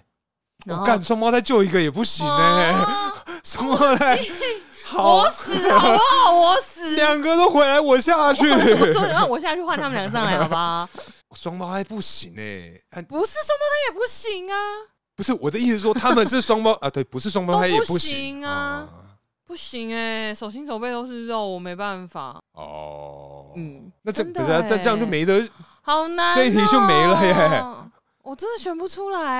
[SPEAKER 3] 我
[SPEAKER 2] 然后
[SPEAKER 3] 干双胞胎救一个也不行呢、
[SPEAKER 2] 哦
[SPEAKER 3] 双胞胎 好
[SPEAKER 2] 我，死好不好？我死，
[SPEAKER 3] 两个都回来我下去。
[SPEAKER 2] 我说让我下去换他们两个上来，好吧？
[SPEAKER 3] 双胞胎不行哎、啊
[SPEAKER 2] 不是双胞胎也不行啊，
[SPEAKER 3] 不是我的意思是说他们是双胞 啊，对，不是双胞胎也
[SPEAKER 2] 哦都不
[SPEAKER 3] 行
[SPEAKER 2] 行啊。不行哎、手心手背都是肉，我没办法。
[SPEAKER 3] 哦，
[SPEAKER 2] 嗯，
[SPEAKER 3] 那这
[SPEAKER 2] 真
[SPEAKER 3] 可
[SPEAKER 2] 的
[SPEAKER 3] 是啊这
[SPEAKER 2] 欸
[SPEAKER 3] 这样就没得
[SPEAKER 2] 好难、哦
[SPEAKER 3] 这一题就没了耶。
[SPEAKER 2] 我真的选不出来、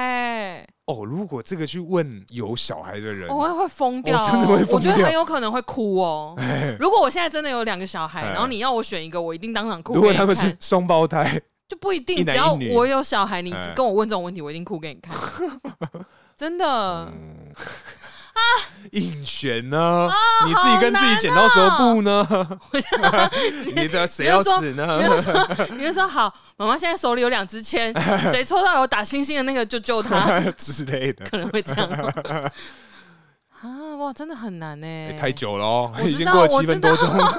[SPEAKER 2] 欸，
[SPEAKER 3] 哦。如果这个去问有小孩的人，
[SPEAKER 2] 我 会会疯掉、哦
[SPEAKER 3] 我真的会疯掉
[SPEAKER 2] 我觉得很有可能会哭 哦。如果我现在真的有两个小孩，
[SPEAKER 3] 哎
[SPEAKER 2] 然后你要我选一个，我一定当场哭给
[SPEAKER 3] 如
[SPEAKER 2] 你看。
[SPEAKER 3] 果他们是双胞胎，
[SPEAKER 2] 就不一定，
[SPEAKER 3] 一
[SPEAKER 2] 只
[SPEAKER 3] 男
[SPEAKER 2] 要
[SPEAKER 3] 一女
[SPEAKER 2] 我有小孩，你
[SPEAKER 3] 哎
[SPEAKER 2] 跟我问这种问题，我一定哭给 你看。真的，
[SPEAKER 3] 嗯，
[SPEAKER 2] 啊
[SPEAKER 3] 应选
[SPEAKER 2] 哦
[SPEAKER 3] 呢？你自己跟自己剪刀石头布 呢？ 你的谁要死呢
[SPEAKER 2] 你？就说，你就说好，妈妈现在手里有两支 签，谁抽到有打星星的那个就救他，
[SPEAKER 3] 之类的，
[SPEAKER 2] 可能 会这样哦。啊，哇，真的很难呢、
[SPEAKER 3] 哎太久了哦，
[SPEAKER 2] 我
[SPEAKER 3] 已
[SPEAKER 2] 知
[SPEAKER 3] 经
[SPEAKER 2] 道，
[SPEAKER 3] 过
[SPEAKER 2] 我
[SPEAKER 3] 了七
[SPEAKER 2] 知
[SPEAKER 3] 分
[SPEAKER 2] 道，
[SPEAKER 3] 多钟。
[SPEAKER 2] 我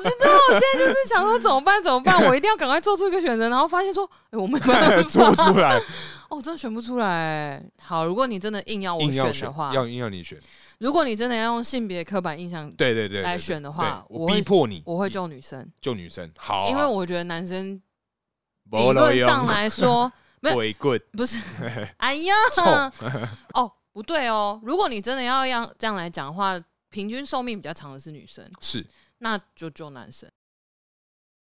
[SPEAKER 2] 知道，我现在就是想说怎么办，怎么办？我一定要赶快做出一个选择，然后发现说，哎、我没办
[SPEAKER 3] 做不
[SPEAKER 2] 法，
[SPEAKER 3] 出来，
[SPEAKER 2] 哦，我真的选不出来。好，如果你真的硬 要我
[SPEAKER 3] 硬要
[SPEAKER 2] 选的话，
[SPEAKER 3] 要硬要你选，
[SPEAKER 2] 如果你真的要用性别刻板印象
[SPEAKER 3] 对嗯对对，对
[SPEAKER 2] 来
[SPEAKER 3] 对
[SPEAKER 2] 选的话
[SPEAKER 3] 对
[SPEAKER 2] 我
[SPEAKER 3] 我
[SPEAKER 2] 会
[SPEAKER 3] 逼迫你，
[SPEAKER 2] 我会救女生，
[SPEAKER 3] 救女生，好啊，
[SPEAKER 2] 因为我觉得男生理
[SPEAKER 3] 没路
[SPEAKER 2] 论
[SPEAKER 3] 用
[SPEAKER 2] 上来说 没有
[SPEAKER 3] 鬼棍，
[SPEAKER 2] 不是，哎呀，哦，不对哦，如果你真的要让这样来讲的话，平均寿命比较长的是女生，
[SPEAKER 3] 是
[SPEAKER 2] 那就救男生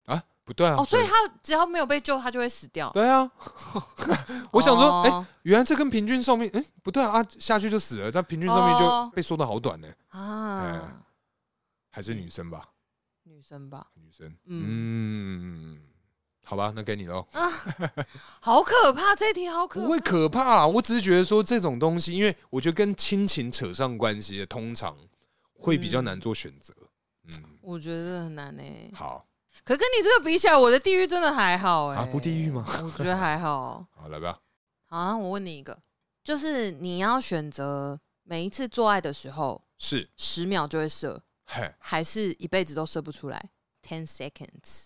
[SPEAKER 3] 啊，不对啊，
[SPEAKER 2] 哦，所以他只要没有被救，他就会死掉。
[SPEAKER 3] 对啊，我想说，哎，
[SPEAKER 2] 哦
[SPEAKER 3] 原来这跟平均寿命，哎，不对啊，啊下去就死了，但平均寿命就
[SPEAKER 2] 哦
[SPEAKER 3] 被缩的好短呢，哎
[SPEAKER 2] 啊，
[SPEAKER 3] 还是女生吧，
[SPEAKER 2] 女生吧，
[SPEAKER 3] 女生，嗯
[SPEAKER 2] 嗯，
[SPEAKER 3] 好吧，那给你喽。
[SPEAKER 2] 啊好可怕，这一题好可
[SPEAKER 3] 不
[SPEAKER 2] 怕
[SPEAKER 3] 会。可怕啊、我只是觉得说这种东西，因为我觉得跟亲情扯上关系的，通常会比较
[SPEAKER 2] 嗯
[SPEAKER 3] 难做选择。嗯，
[SPEAKER 2] 我觉得很难欸诶、
[SPEAKER 3] 好，
[SPEAKER 2] 可跟你这个比起来，我的地狱真的还好诶、
[SPEAKER 3] 啊不地狱吗？
[SPEAKER 2] 我觉得还好。
[SPEAKER 3] 好来吧。
[SPEAKER 2] 好啊，我问你一个，就是你要选择每一次做爱的时候
[SPEAKER 3] 是，
[SPEAKER 2] 十秒就会射，
[SPEAKER 3] 嘿，
[SPEAKER 2] 还是一辈子都射不出来？Ten seconds，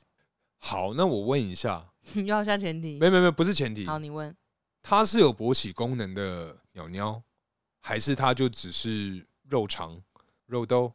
[SPEAKER 3] 好，那我问一下，
[SPEAKER 2] 你要下前提
[SPEAKER 3] 没。没没，不是前提，
[SPEAKER 2] 好，你问。
[SPEAKER 3] 它是有勃起功能的鸟鸟，还是它就只是肉长肉 兜？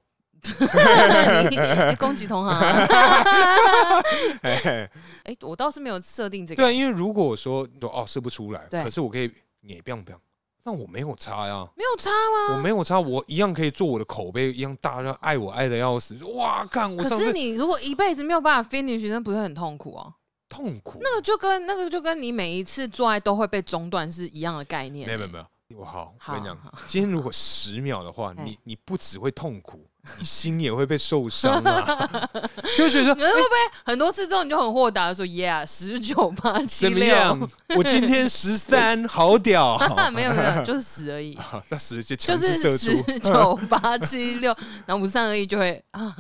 [SPEAKER 2] 你你哎攻击同行、 啊。
[SPEAKER 3] 嘿嘿
[SPEAKER 2] 哎、我倒是没有设定这
[SPEAKER 3] 对
[SPEAKER 2] 个。
[SPEAKER 3] 啊，因为如果说说哦射不出来，
[SPEAKER 2] 对
[SPEAKER 3] 可是我可以也不要不要，那我没有差呀、
[SPEAKER 2] 没有差吗？
[SPEAKER 3] 我没有差，我一样可以做我的口碑一样大，让爱我爱的要死。哇，看我
[SPEAKER 2] 可
[SPEAKER 3] 上
[SPEAKER 2] 是
[SPEAKER 3] 次
[SPEAKER 2] 你如果一辈子没有办法 finish，那不是很痛苦哦、
[SPEAKER 3] 痛苦。
[SPEAKER 2] 那个就跟那个就跟你每一次做爱都会被中断是一样的概念、
[SPEAKER 3] 没有没有没有，我好，我
[SPEAKER 2] 好
[SPEAKER 3] 跟你讲
[SPEAKER 2] 好，
[SPEAKER 3] 今天如果十秒的话，
[SPEAKER 2] 哎
[SPEAKER 3] 你你不只会痛苦，你心也会被受伤 啊，就觉得
[SPEAKER 2] 你们会不会很多次之后你就很豁达的说 “Yeah，十九八七
[SPEAKER 3] 怎么
[SPEAKER 2] 六
[SPEAKER 3] 样？我今天十 三，好”，屌！
[SPEAKER 2] 没有没有，就是十而已，
[SPEAKER 3] 好那十就
[SPEAKER 2] 就
[SPEAKER 3] 强制射
[SPEAKER 2] 是十
[SPEAKER 3] 出
[SPEAKER 2] 九八七 六，然后五三而已就会啊，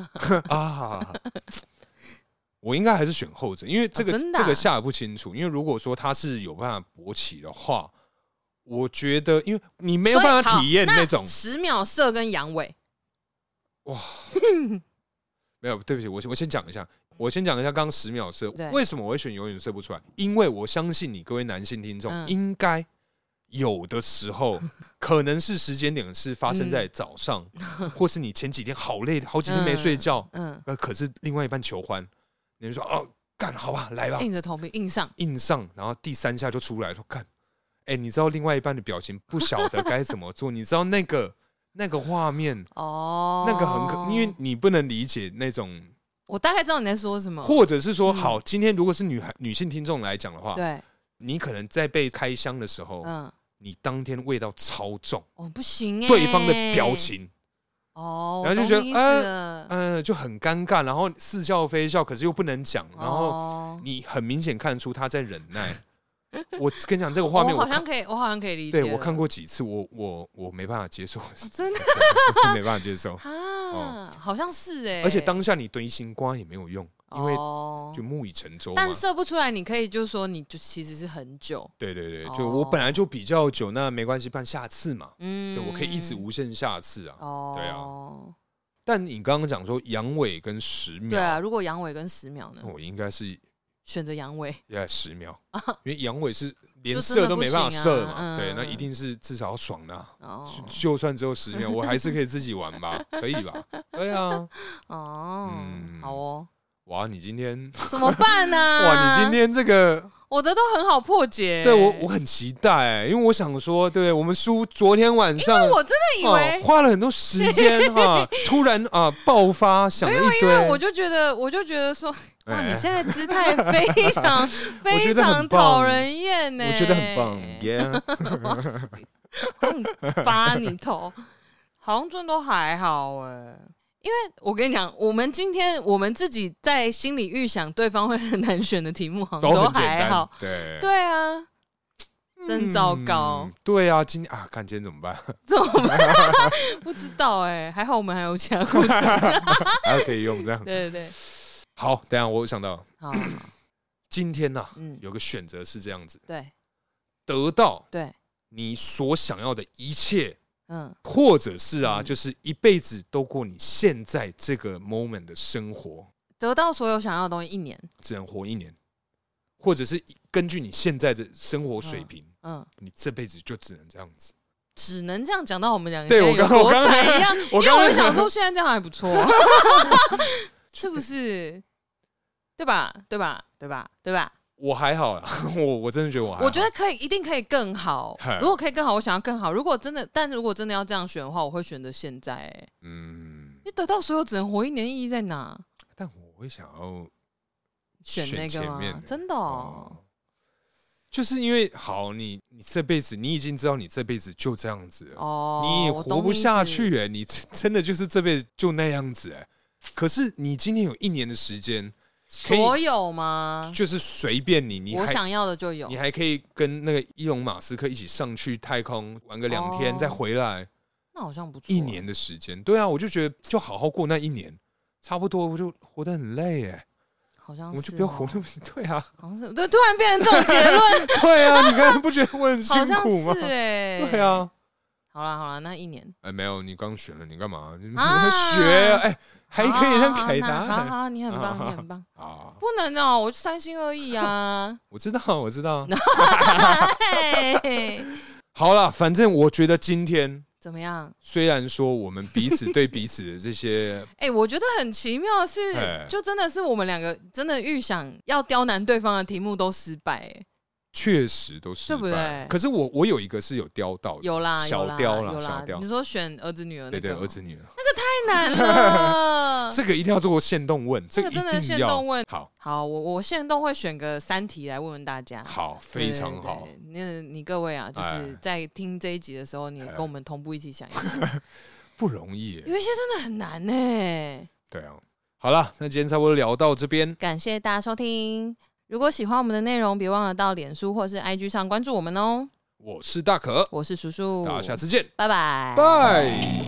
[SPEAKER 3] 啊！我应该还是选后者，因为这个、
[SPEAKER 2] 真的啊
[SPEAKER 3] 这个下得不清楚。因为如果说他是有办法勃起的话，我觉得，因为你没有办法体验那种
[SPEAKER 2] 十秒射跟阳痿，
[SPEAKER 3] 哇，没有，对不起，我先我先讲一下，我先讲一下刚刚十秒射
[SPEAKER 2] 对
[SPEAKER 3] 为什么我会选永远射不出来，因为我相信你各位男性听众、
[SPEAKER 2] 嗯
[SPEAKER 3] 应该有的时 候可能是时间点是发生在早上，或是你前几天好累，好几天没睡觉，
[SPEAKER 2] 嗯，
[SPEAKER 3] 呃，可是另外一半求欢，你就说哦，干好吧，来吧，
[SPEAKER 2] 硬着头皮硬上，
[SPEAKER 3] 硬上，然后第三下就出来说干，哎、你知道另外一半的表情不晓得该怎么 做，你知道那个那个画面。
[SPEAKER 2] 哦，
[SPEAKER 3] 那个很可，因为你不能理解那种，
[SPEAKER 2] 我大概知道你在说什么，
[SPEAKER 3] 或者是说，
[SPEAKER 2] 嗯
[SPEAKER 3] 好，今天如果是女孩女性听众来讲的话，
[SPEAKER 2] 对，
[SPEAKER 3] 你可能在被开箱的时候，
[SPEAKER 2] 嗯，
[SPEAKER 3] 你当天味道超重，
[SPEAKER 2] 哦，不行哎，
[SPEAKER 3] 对方的表，情，
[SPEAKER 2] 哦，
[SPEAKER 3] 然后就觉得
[SPEAKER 2] 得，
[SPEAKER 3] 嗯，就很尴尬，然后似笑非笑，可是又不能讲，嗯然后
[SPEAKER 2] 后
[SPEAKER 3] 你很明显看出他在忍耐。我跟你讲，这个画面
[SPEAKER 2] 我
[SPEAKER 3] 我
[SPEAKER 2] 好像
[SPEAKER 3] 看，
[SPEAKER 2] 可以，我好像可以理解
[SPEAKER 3] 对
[SPEAKER 2] 了，哦
[SPEAKER 3] 我看过几次，我我我没办法接受，
[SPEAKER 2] 真的
[SPEAKER 3] 我真没办法接 受，
[SPEAKER 2] 啊，好像是哎，
[SPEAKER 3] 哦而且当下你堆心瓜也没有用，因为
[SPEAKER 2] 哦
[SPEAKER 3] 就木已成舟嘛。
[SPEAKER 2] 但射不出来，你可以就说你就其实是很久，
[SPEAKER 3] 对对对，
[SPEAKER 2] 哦
[SPEAKER 3] 就我本来就比较久，那没关系，办下次嘛。
[SPEAKER 2] 嗯，
[SPEAKER 3] 对，我可以一直无限下次啊。
[SPEAKER 2] 哦，
[SPEAKER 3] 对但你刚刚讲说阳痿跟十秒，哦
[SPEAKER 2] 对啊，如果阳痿跟十秒呢
[SPEAKER 3] 那？我应该是
[SPEAKER 2] 选择阳痿，
[SPEAKER 3] 要十 秒，因为阳痿是连
[SPEAKER 2] 就真的
[SPEAKER 3] 射都没办法射嘛。
[SPEAKER 2] 不行啊嗯
[SPEAKER 3] 对，那一定是至少要爽的啊、
[SPEAKER 2] 哦
[SPEAKER 3] 就就算只有十秒，我还是可以自己玩 吧，可以吧？对啊，
[SPEAKER 2] 哦，
[SPEAKER 3] 嗯
[SPEAKER 2] 好哦，
[SPEAKER 3] 哇，你今天，
[SPEAKER 2] 怎么办呢、
[SPEAKER 3] 哇，你今天这个，
[SPEAKER 2] 我的都很好破解，
[SPEAKER 3] 对我我很期待、因为我想说，对我们叔昨天晚上，
[SPEAKER 2] 我真的以为
[SPEAKER 3] 哦、。花了很多时 间哈、突然啊、爆发想
[SPEAKER 2] 没
[SPEAKER 3] 了
[SPEAKER 2] 有，
[SPEAKER 3] 一
[SPEAKER 2] 因为
[SPEAKER 3] 堆，
[SPEAKER 2] 我就觉得，我就觉得说，哇，
[SPEAKER 3] 哎
[SPEAKER 2] 你现在姿 态非常非
[SPEAKER 3] 觉得
[SPEAKER 2] 常
[SPEAKER 3] 很棒
[SPEAKER 2] 讨人厌呢，
[SPEAKER 3] 我觉得很棒耶。
[SPEAKER 2] 嗯扒你头，好像真的都还好哎、因为我跟你讲，我们今天我们自己在心里预想对方会很难选的题目，好像
[SPEAKER 3] 都很简
[SPEAKER 2] 还
[SPEAKER 3] 单
[SPEAKER 2] 好。，
[SPEAKER 3] 对，
[SPEAKER 2] 对啊，真糟糕
[SPEAKER 3] 嗯，对啊，今天啊，看今天怎么办？
[SPEAKER 2] 怎么办？不知道哎、还好我们还有其他故事。
[SPEAKER 3] 还可以用 这样。
[SPEAKER 2] 对对对，
[SPEAKER 3] 好，等一下我想到
[SPEAKER 2] 好，
[SPEAKER 3] 今天呢、
[SPEAKER 2] 嗯，
[SPEAKER 3] 有个选择是这样子：
[SPEAKER 2] 对
[SPEAKER 3] 得到
[SPEAKER 2] 对，
[SPEAKER 3] 你所想要的一切，
[SPEAKER 2] 嗯
[SPEAKER 3] 或者是啊，
[SPEAKER 2] 嗯
[SPEAKER 3] 就是一辈子都过你现在这个 moment 的生活，
[SPEAKER 2] 得到所有想要的东西，一年，
[SPEAKER 3] 只能活一年，或者是根据你现在的生活水平，
[SPEAKER 2] 嗯，
[SPEAKER 3] 你这辈子就只能这样子。
[SPEAKER 2] 只能这样讲到我们两个
[SPEAKER 3] 对
[SPEAKER 2] 现
[SPEAKER 3] 我
[SPEAKER 2] 在有
[SPEAKER 3] 刚
[SPEAKER 2] 多
[SPEAKER 3] 我刚
[SPEAKER 2] 惨一样，
[SPEAKER 3] 我
[SPEAKER 2] 因为
[SPEAKER 3] 刚
[SPEAKER 2] 我
[SPEAKER 3] 刚
[SPEAKER 2] 就想说，现在这样还不错，啊 是不是？对吧？对吧？对吧？对吧？
[SPEAKER 3] 我还好啦， 我我真的觉得我还好
[SPEAKER 2] 我觉得可以，一定可以更好
[SPEAKER 3] 嗨。
[SPEAKER 2] 如果可以更好，我想要更好。如果真的，但如果真的要这样选的话，我会选择现在、欸。
[SPEAKER 3] 嗯，
[SPEAKER 2] 你得到所有只能活一年，意义在哪？
[SPEAKER 3] 但我会想要
[SPEAKER 2] 选那个
[SPEAKER 3] 前面
[SPEAKER 2] 吗
[SPEAKER 3] 的？
[SPEAKER 2] 真的哦，
[SPEAKER 3] 就是因为好，你你这辈子你已经知道你这辈子就这样子了，
[SPEAKER 2] 哦，
[SPEAKER 3] 你也
[SPEAKER 2] 我
[SPEAKER 3] 活
[SPEAKER 2] 懂
[SPEAKER 3] 不
[SPEAKER 2] 意
[SPEAKER 3] 下
[SPEAKER 2] 思。
[SPEAKER 3] 去哎、你真真的就是这辈子就那样子哎、可是你今天有一年的时间，可以
[SPEAKER 2] 所有吗？
[SPEAKER 3] 就是随便你，你
[SPEAKER 2] 我
[SPEAKER 3] 还
[SPEAKER 2] 想要的就有
[SPEAKER 3] 你。还可以跟那个伊隆马斯克一起上去太空玩个两天，
[SPEAKER 2] 哦
[SPEAKER 3] 再回来
[SPEAKER 2] 那好像不错。
[SPEAKER 3] 一年的时间。对啊，我就觉得就好好过那一年，差不多我就活得很累哎、
[SPEAKER 2] 好像
[SPEAKER 3] 我们
[SPEAKER 2] 是
[SPEAKER 3] 就不要
[SPEAKER 2] 哦
[SPEAKER 3] 活那么 对啊。
[SPEAKER 2] 好像是对，突然变成这种结论，
[SPEAKER 3] 对啊，你刚才不觉得我很
[SPEAKER 2] 好
[SPEAKER 3] 辛
[SPEAKER 2] 像
[SPEAKER 3] 苦吗？
[SPEAKER 2] 是哎、
[SPEAKER 3] 对。啊，
[SPEAKER 2] 好了好了，那一年
[SPEAKER 3] 哎，没有，你刚选了，你干嘛？你
[SPEAKER 2] 啊
[SPEAKER 3] 学哎，还可以让
[SPEAKER 2] 好好
[SPEAKER 3] 凯
[SPEAKER 2] 好好
[SPEAKER 3] 达
[SPEAKER 2] 好，你很棒，
[SPEAKER 3] 好
[SPEAKER 2] 你很棒。
[SPEAKER 3] 啊！
[SPEAKER 2] 不能哦，我就三心二意啊。
[SPEAKER 3] 我知道，我知道。
[SPEAKER 2] 嘿，
[SPEAKER 3] 好了，反正我觉得今天
[SPEAKER 2] 怎么样？
[SPEAKER 3] 虽然说我们彼此对彼此的这些，
[SPEAKER 2] 哎、我觉得很奇妙的是，
[SPEAKER 3] 哎
[SPEAKER 2] 就真的是我们两个真的预想要刁难对方的题目都失败、哎
[SPEAKER 3] 确实都失
[SPEAKER 2] 对不
[SPEAKER 3] 败。
[SPEAKER 2] 对
[SPEAKER 3] 可是我我有一个是有雕到的，
[SPEAKER 2] 有啦，有
[SPEAKER 3] 小
[SPEAKER 2] 啦，
[SPEAKER 3] 雕啦
[SPEAKER 2] 有
[SPEAKER 3] 小
[SPEAKER 2] 啦
[SPEAKER 3] 雕。
[SPEAKER 2] 你说选儿子女儿
[SPEAKER 3] 对
[SPEAKER 2] 那个
[SPEAKER 3] 对，
[SPEAKER 2] 吗，
[SPEAKER 3] 儿子女儿，
[SPEAKER 2] 太难了。
[SPEAKER 3] 这个一定要做过限动问，这
[SPEAKER 2] 个
[SPEAKER 3] 个
[SPEAKER 2] 真的
[SPEAKER 3] 一定
[SPEAKER 2] 限
[SPEAKER 3] 要
[SPEAKER 2] 动问
[SPEAKER 3] 好，
[SPEAKER 2] 好，我我现在都会选个三题来问问大家。
[SPEAKER 3] 好，非常好
[SPEAKER 2] 对。。对对那你各位啊，就
[SPEAKER 3] 哎
[SPEAKER 2] 是在听这一集的时候，你也跟我们同步一起想一想。
[SPEAKER 3] 不容易耶。
[SPEAKER 2] 有一些真的很难呢、
[SPEAKER 3] 对啊，好了，那今天差不多聊到这边。
[SPEAKER 2] 感谢大家收听，如果喜欢我们的内容，别忘了到脸书或是 IG 上关注我们哦。
[SPEAKER 3] 我是大可，
[SPEAKER 2] 我是叔叔，
[SPEAKER 3] 大家下次见，
[SPEAKER 2] 拜拜，
[SPEAKER 3] 拜。